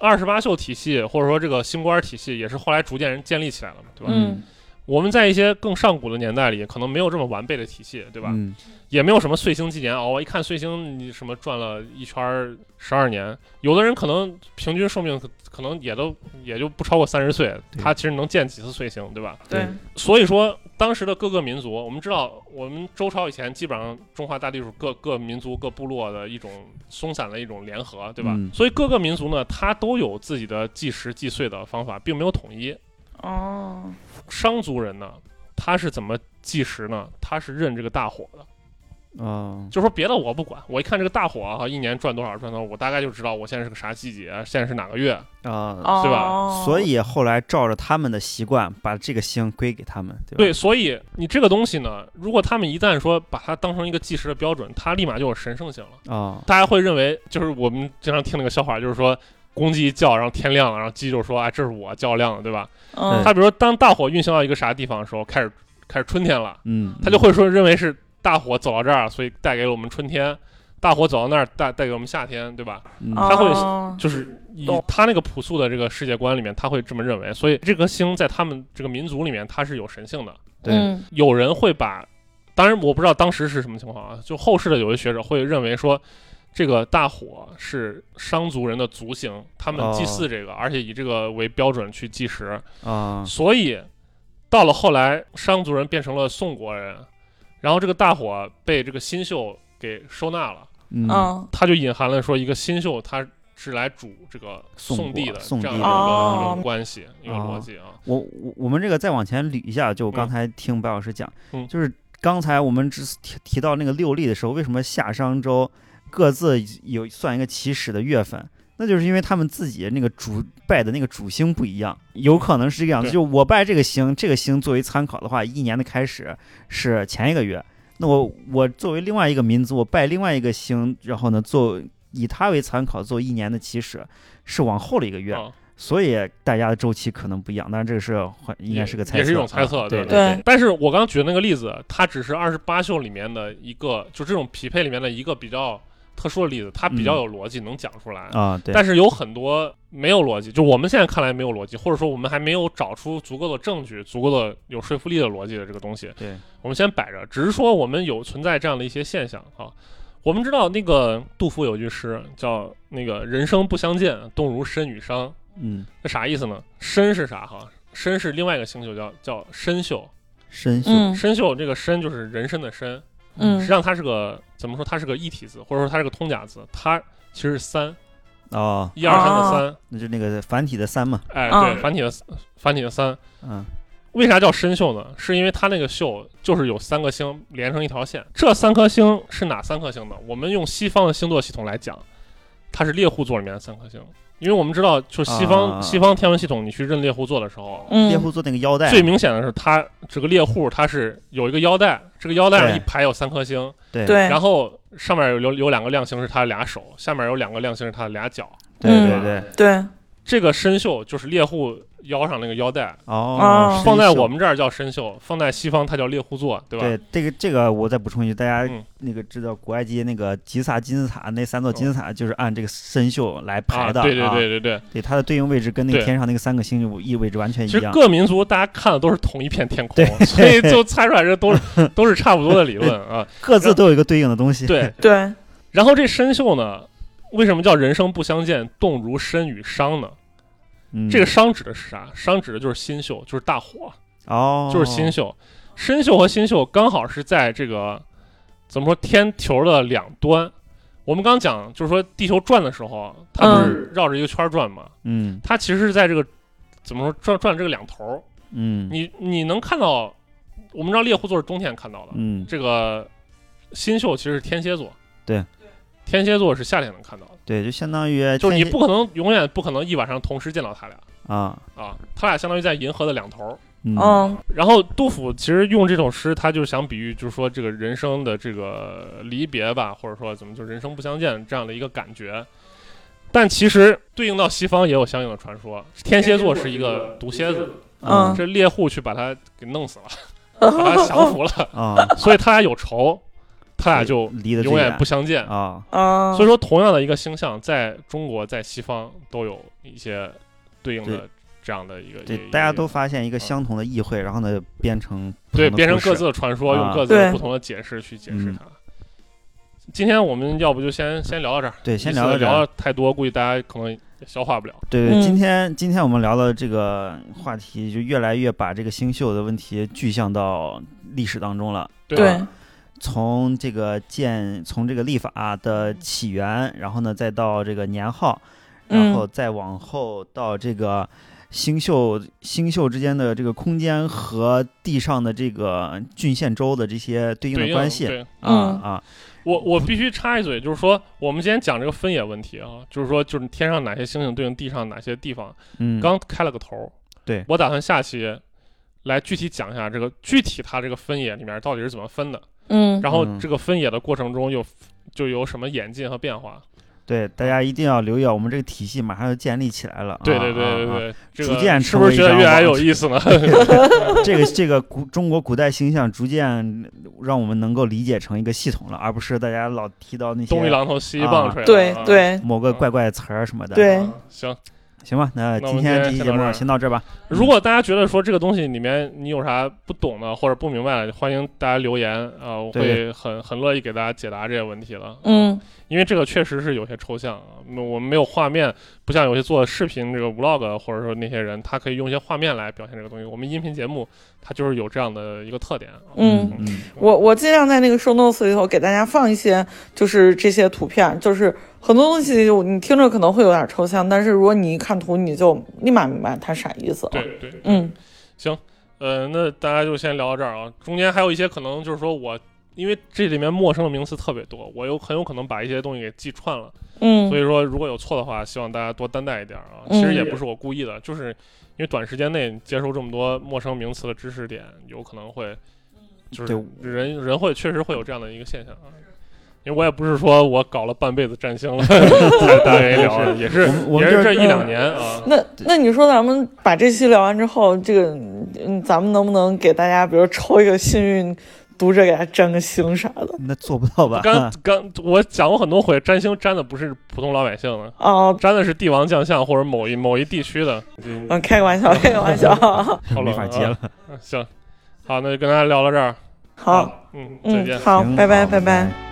Speaker 1: 二十八宿体系或者说这个星官体系，也是后来逐渐人建立起来了嘛，对吧？
Speaker 4: 嗯
Speaker 1: 我们在一些更上古的年代里，可能没有这么完备的体系，对
Speaker 3: 对
Speaker 1: 吧？
Speaker 3: 嗯
Speaker 1: 也没有什么岁星纪年哦，我一看岁星你什么转了一圈十二年，有的人可能平均寿命可可能也都也就不超过三十岁，
Speaker 3: 对
Speaker 1: 他其实能见几次岁星，对吧？
Speaker 4: 对
Speaker 3: 对
Speaker 1: 所以说当时的各个民族，我们知道我们周朝以前基本上中华大地主各各民族各部落的一种松散的一种联合，对吧？
Speaker 3: 嗯
Speaker 1: 所以各个民族呢，它都有自己的计时计岁的方法，并没有统一。
Speaker 4: 哦
Speaker 1: 商族人呢，他是怎么计时呢？他是认这个大火的。
Speaker 3: 哦，
Speaker 1: 就说别的我不管，我一看这个大火啊，一年赚多少赚多少，我大概就知道我现在是个啥季节，现在是哪个月。
Speaker 3: 啊，
Speaker 4: 哦
Speaker 1: 对吧
Speaker 3: 所以后来照着他们的习惯，把这个星归给他们，对吧？
Speaker 1: 对，所以你这个东西呢，如果他们一旦说把它当成一个计时的标准，它立马就有神圣性了。
Speaker 3: 啊，
Speaker 1: 大家会认为，就是我们经常听那个笑话，就是说公鸡一叫，然后天亮了，然后鸡就说：“哎，这是我叫亮了，对吧？”
Speaker 4: 嗯
Speaker 1: 它比如说，当大火运行到一个啥地方的时候，开始开始春天了，
Speaker 3: 嗯，
Speaker 1: 它就会说认为是大火走到这儿，所以带给了我们春天；大火走到那儿，带带给我们夏天，对吧？
Speaker 3: 嗯
Speaker 1: 它会
Speaker 4: 哦
Speaker 1: 就是以
Speaker 4: 懂
Speaker 1: 他那个朴素的这个世界观里面，他会这么认为，所以这颗星在他们这个民族里面，它是有神性的。
Speaker 3: 对，
Speaker 4: 嗯
Speaker 1: 有人会把，当然我不知道当时是什么情况啊，就后世的有些学者会认为说，这个大火是商族人的族形，他们祭祀这个，而且以这个为标准去计时，
Speaker 3: 啊，
Speaker 1: 所以到了后来，商族人变成了宋国人，然后这个大火被这个新秀给收纳了，
Speaker 3: 嗯，
Speaker 4: 嗯
Speaker 1: 它就隐含了说一个新秀他。是来主这个
Speaker 3: 宋
Speaker 1: 宋地
Speaker 3: 国
Speaker 1: 的这
Speaker 3: 宋
Speaker 1: 样
Speaker 3: 地
Speaker 1: 一个一
Speaker 3: 的
Speaker 4: 哦
Speaker 1: 个关系，一个
Speaker 3: 哦
Speaker 1: 逻辑啊，
Speaker 3: 我我我们这个再往前捋一下，就我
Speaker 1: 嗯
Speaker 3: 刚才听白老师讲，
Speaker 1: 嗯
Speaker 3: 就是刚才我们只提提到那个六历的时候，为什么夏商周各自有算一个起始的月份？那就是因为他们自己那个主拜的那个主星不一样，有可能是这个样子。
Speaker 1: 对
Speaker 3: 就我拜这个星，这个星作为参考的话，一年的开始是前一个月。那我我作为另外一个民族，我拜另外一个星，然后呢，做以它为参考做一年的起始，是往后的一个月。
Speaker 1: 啊
Speaker 3: 所以大家的周期可能不一样，但是这个是很应该是个猜测啊，
Speaker 1: 也是一种猜测
Speaker 3: 对
Speaker 1: 对
Speaker 4: 对
Speaker 1: 但是我刚刚举的那个例子，它只是二十八宿里面的一个，就这种匹配里面的一个比较特殊的例子，它比较有逻辑，能讲出来。
Speaker 3: 嗯啊，对，
Speaker 1: 但是有很多没有逻辑，就我们现在看来没有逻辑，或者说我们还没有找出足够的证据、足够的有说服力的逻辑的这个东西，
Speaker 3: 对，
Speaker 1: 我们先摆着。只是说我们有存在这样的一些现象啊。我们知道那个杜甫有句诗叫“那个人生不相见，动如参与商”，
Speaker 3: 嗯，
Speaker 1: 那啥意思呢？参是啥哈？参是另外一个星宿叫叫参宿，
Speaker 3: 深秀，
Speaker 4: 嗯
Speaker 1: 参宿这个参就是人参的参，实际
Speaker 4: 嗯
Speaker 1: 上它是个怎么说？它是个一体字，或者说它是个通假字，它其实是三
Speaker 3: 哦，
Speaker 1: 一二三的三，
Speaker 3: 那就那个繁体的三嘛，
Speaker 1: 哎，
Speaker 4: 啊
Speaker 1: 对，繁体的繁体的三。
Speaker 3: 嗯
Speaker 1: 为啥叫参宿呢？是因为它那个宿就是有三颗星连成一条线，这三颗星是哪三颗星呢？我们用西方的星座系统来讲，它是猎户座里面的三颗星，因为我们知道，就是西方、
Speaker 3: 啊
Speaker 1: 西方天文系统，你去认猎户座的时候，
Speaker 4: 嗯
Speaker 3: 猎户座那个腰带，
Speaker 1: 最明显的是它，这个猎户它是有一个腰带，这个腰带上
Speaker 3: 对
Speaker 1: 一排有三颗星，
Speaker 3: 对
Speaker 4: 对，
Speaker 1: 然后上面有有有两个亮星是它的俩手，下面有两个亮星是它的俩脚。
Speaker 3: 对对
Speaker 4: 嗯
Speaker 3: 对，
Speaker 4: 对
Speaker 1: 这个参袖就是猎户腰上那个腰带，
Speaker 3: 哦，
Speaker 4: 哦
Speaker 3: 深
Speaker 1: 放在
Speaker 3: 秀
Speaker 1: 我。们这儿叫参袖，放在西方它叫猎户座，对吧？
Speaker 3: 对这个这个，我再补充一句，大家
Speaker 1: 嗯
Speaker 3: 那个知道古埃及那个吉萨金字塔那三座金字塔就是按这个深秀来排
Speaker 1: 啊，
Speaker 3: 的，
Speaker 1: 对对
Speaker 3: 啊
Speaker 1: 对对对。
Speaker 3: 对，它的对应位置跟那个
Speaker 1: 对
Speaker 3: 天上那个三个星就一位置完全一
Speaker 1: 其实
Speaker 3: 样。
Speaker 1: 各民族大家看的都是同一片天空
Speaker 3: 对，
Speaker 1: 所以就猜出来这都 是都是差不多的理论啊。
Speaker 3: 各自都有一个呃对应的东西。
Speaker 1: 对，
Speaker 4: 对，
Speaker 1: 然后这参袖呢，为什么叫人生不相见，动如参与商呢？
Speaker 3: 嗯，
Speaker 1: 这个商指的是啥？商指的就是新秀，就是大火，
Speaker 3: 哦，
Speaker 1: 就是新秀。申秀和新秀刚好是在这个怎么说天球的两端。我们刚讲就是说地球转的时候，啊它不是绕着一个圈儿转嘛？
Speaker 3: 嗯
Speaker 1: 它其实是在这个怎么说转转这个两头儿。
Speaker 3: 嗯
Speaker 1: 你你能看到，我们知道猎户座是冬天看到的，
Speaker 3: 嗯，
Speaker 1: 这个新秀其实是天蝎座。
Speaker 3: 对。
Speaker 1: 天蝎座是夏天能看到的，
Speaker 3: 对，就相当于
Speaker 1: 就是
Speaker 3: 天
Speaker 1: 你
Speaker 3: 蝎
Speaker 1: 不可能永远不可能一晚上同时见到他俩
Speaker 3: 啊，
Speaker 1: 啊，他俩相当于在银河的两头儿，
Speaker 3: 嗯
Speaker 1: 哦
Speaker 4: 嗯
Speaker 1: 然后杜甫其实用这首诗，他就是想比喻，就是说这个人生的这个离别吧，或者说怎么就人生不相见这样的一个感觉。但其实对应到西方也有相应的传说，天蝎座是一个毒蝎子，
Speaker 4: 嗯
Speaker 1: 这猎户去把他给弄死了，把他 降服了，
Speaker 3: 啊，
Speaker 1: 所以他俩有仇，他俩就
Speaker 3: 离得最
Speaker 1: 永远不相见。
Speaker 3: 啊，
Speaker 4: 啊，
Speaker 1: 所以说，同样的一个星象，在中国在西方都有一些对应的
Speaker 3: 对
Speaker 1: 这样的一个，
Speaker 3: 对
Speaker 1: 一，个
Speaker 3: 大家都发现一个相同的议会，然后呢编成不
Speaker 1: 对，
Speaker 3: 同的
Speaker 1: 变成
Speaker 3: 故事
Speaker 1: 各自的传说，
Speaker 3: 啊
Speaker 1: 用各自的
Speaker 4: 对
Speaker 1: 不同的解释去解释
Speaker 3: 嗯
Speaker 1: 它。今天我们要不就先先聊到这儿，
Speaker 3: 对，嗯先
Speaker 1: 一次
Speaker 3: 聊
Speaker 1: 聊
Speaker 3: 到这儿。
Speaker 1: 太多，估计大家可能也消化不了。
Speaker 3: 对对，
Speaker 4: 嗯
Speaker 3: 今天今天我们聊的这个话题，就越来越把这个星宿的问题具象到历史当中了。
Speaker 1: 对啊吧
Speaker 4: 对
Speaker 3: 从这个建，从这个历法的起源，然后呢，再到这个年号，然
Speaker 4: 嗯
Speaker 3: 后再往后到这个星宿星宿之间的这个空间和地上的这个郡县州的这些对应
Speaker 1: 对
Speaker 3: 的
Speaker 1: 应
Speaker 3: 关系
Speaker 1: 对
Speaker 3: 啊
Speaker 4: 嗯
Speaker 3: 啊，
Speaker 1: 我我必须插一嘴，就是说我们今天讲这个分野问题啊，就是说就是天上哪些星星对应地上哪些地方，
Speaker 3: 嗯，
Speaker 1: 刚开了个头儿。
Speaker 3: 对
Speaker 1: 我打算下期来具体讲一下这个具体它这个分野里面到底是怎么分的，
Speaker 4: 嗯，
Speaker 1: 然后
Speaker 3: 嗯
Speaker 1: 这个分野的过程中又就有什么演进和变化。
Speaker 3: 对大家一定要留意啊，我们这个体系马上就建立起来了啊，
Speaker 1: 对对对
Speaker 3: 啊
Speaker 1: 对
Speaker 3: 啊
Speaker 1: 对，这
Speaker 3: 逐渐
Speaker 1: 个是
Speaker 3: 成
Speaker 1: 不
Speaker 3: 为
Speaker 1: 是觉得
Speaker 3: 一张
Speaker 1: 越来越
Speaker 3: 网
Speaker 1: 有意思呢？
Speaker 3: 这个这个古中国古代形象逐渐让我们能够理解成一个系统了，而不是大家老提到那
Speaker 1: 东一
Speaker 3: 些
Speaker 1: 榔头西一棒槌、啊。
Speaker 4: 对对，
Speaker 3: 某个怪怪的词儿什么的。
Speaker 4: 对
Speaker 1: 嗯行，
Speaker 3: 行吧，那
Speaker 1: 那我
Speaker 3: 今
Speaker 1: 们
Speaker 3: 天
Speaker 1: 今
Speaker 3: 这
Speaker 1: 天
Speaker 3: 期
Speaker 1: 先
Speaker 3: 节
Speaker 1: 到这
Speaker 3: 目
Speaker 1: 儿
Speaker 3: 先到这儿吧。
Speaker 1: 如果大家觉得说这个东西里面你有啥不懂的或者不明白的，欢迎大家留言啊、我会
Speaker 3: 对
Speaker 1: 很很乐意给大家解答这些问题啊的。
Speaker 4: 嗯，
Speaker 1: 因为这个确实是有些抽象啊，那我们没有画面，不像有些做视频这个 vlog 啊或者说那些人，他可以用一些画面来表现这个东西。我们音频节目它就是有这样的一个特点啊。
Speaker 4: 嗯
Speaker 3: 嗯，
Speaker 4: 我我尽量在那个 show notes 里头给大家放一些，就是这些图片，就是很多东西你听着可能会有点抽象，但是如果你一看图，你就立马明白它啥意思了。
Speaker 1: 对对，
Speaker 4: 嗯
Speaker 1: 行，呃，那大家就先聊到这儿啊。中间还有一些可能就是说我，因为这里面陌生的名词特别多，我有很有可能把一些东西给记串了。
Speaker 4: 嗯，
Speaker 1: 所以说，如果有错的话，希望大家多担待一点啊。
Speaker 4: 嗯
Speaker 1: 其实也不是我故意的，就是因为短时间内接收这么多陌生名词的知识点，有可能会
Speaker 4: 嗯
Speaker 1: 就是人人会确实会有这样的一个现象啊。因为我也不是说我搞了半辈子占星 了才单位聊啊，也是
Speaker 3: 我们我
Speaker 1: 也
Speaker 3: 们
Speaker 1: 是
Speaker 3: 这
Speaker 1: 这
Speaker 3: 儿
Speaker 1: 一两年啊。
Speaker 4: 那那你说咱们把这期聊完之后，这个嗯，咱们能不能给大家，比如抽一个幸运读者给他占个星啥的
Speaker 3: 那做不到吧？
Speaker 1: 刚刚我讲过很多回，占星占的不是普通老百姓的，
Speaker 4: 啊？
Speaker 1: 占的是帝王将相或者某一某一地区的。
Speaker 4: 嗯，开个玩笑，开个玩笑。
Speaker 1: 好 啊
Speaker 3: 没法接了。
Speaker 1: 啊行，好，那就跟大家聊到这儿。
Speaker 4: 好，
Speaker 1: 嗯，再
Speaker 4: 嗯
Speaker 1: 见。，
Speaker 4: 好，
Speaker 3: 行
Speaker 4: 拜拜，
Speaker 3: 好
Speaker 4: 拜拜。
Speaker 3: 拜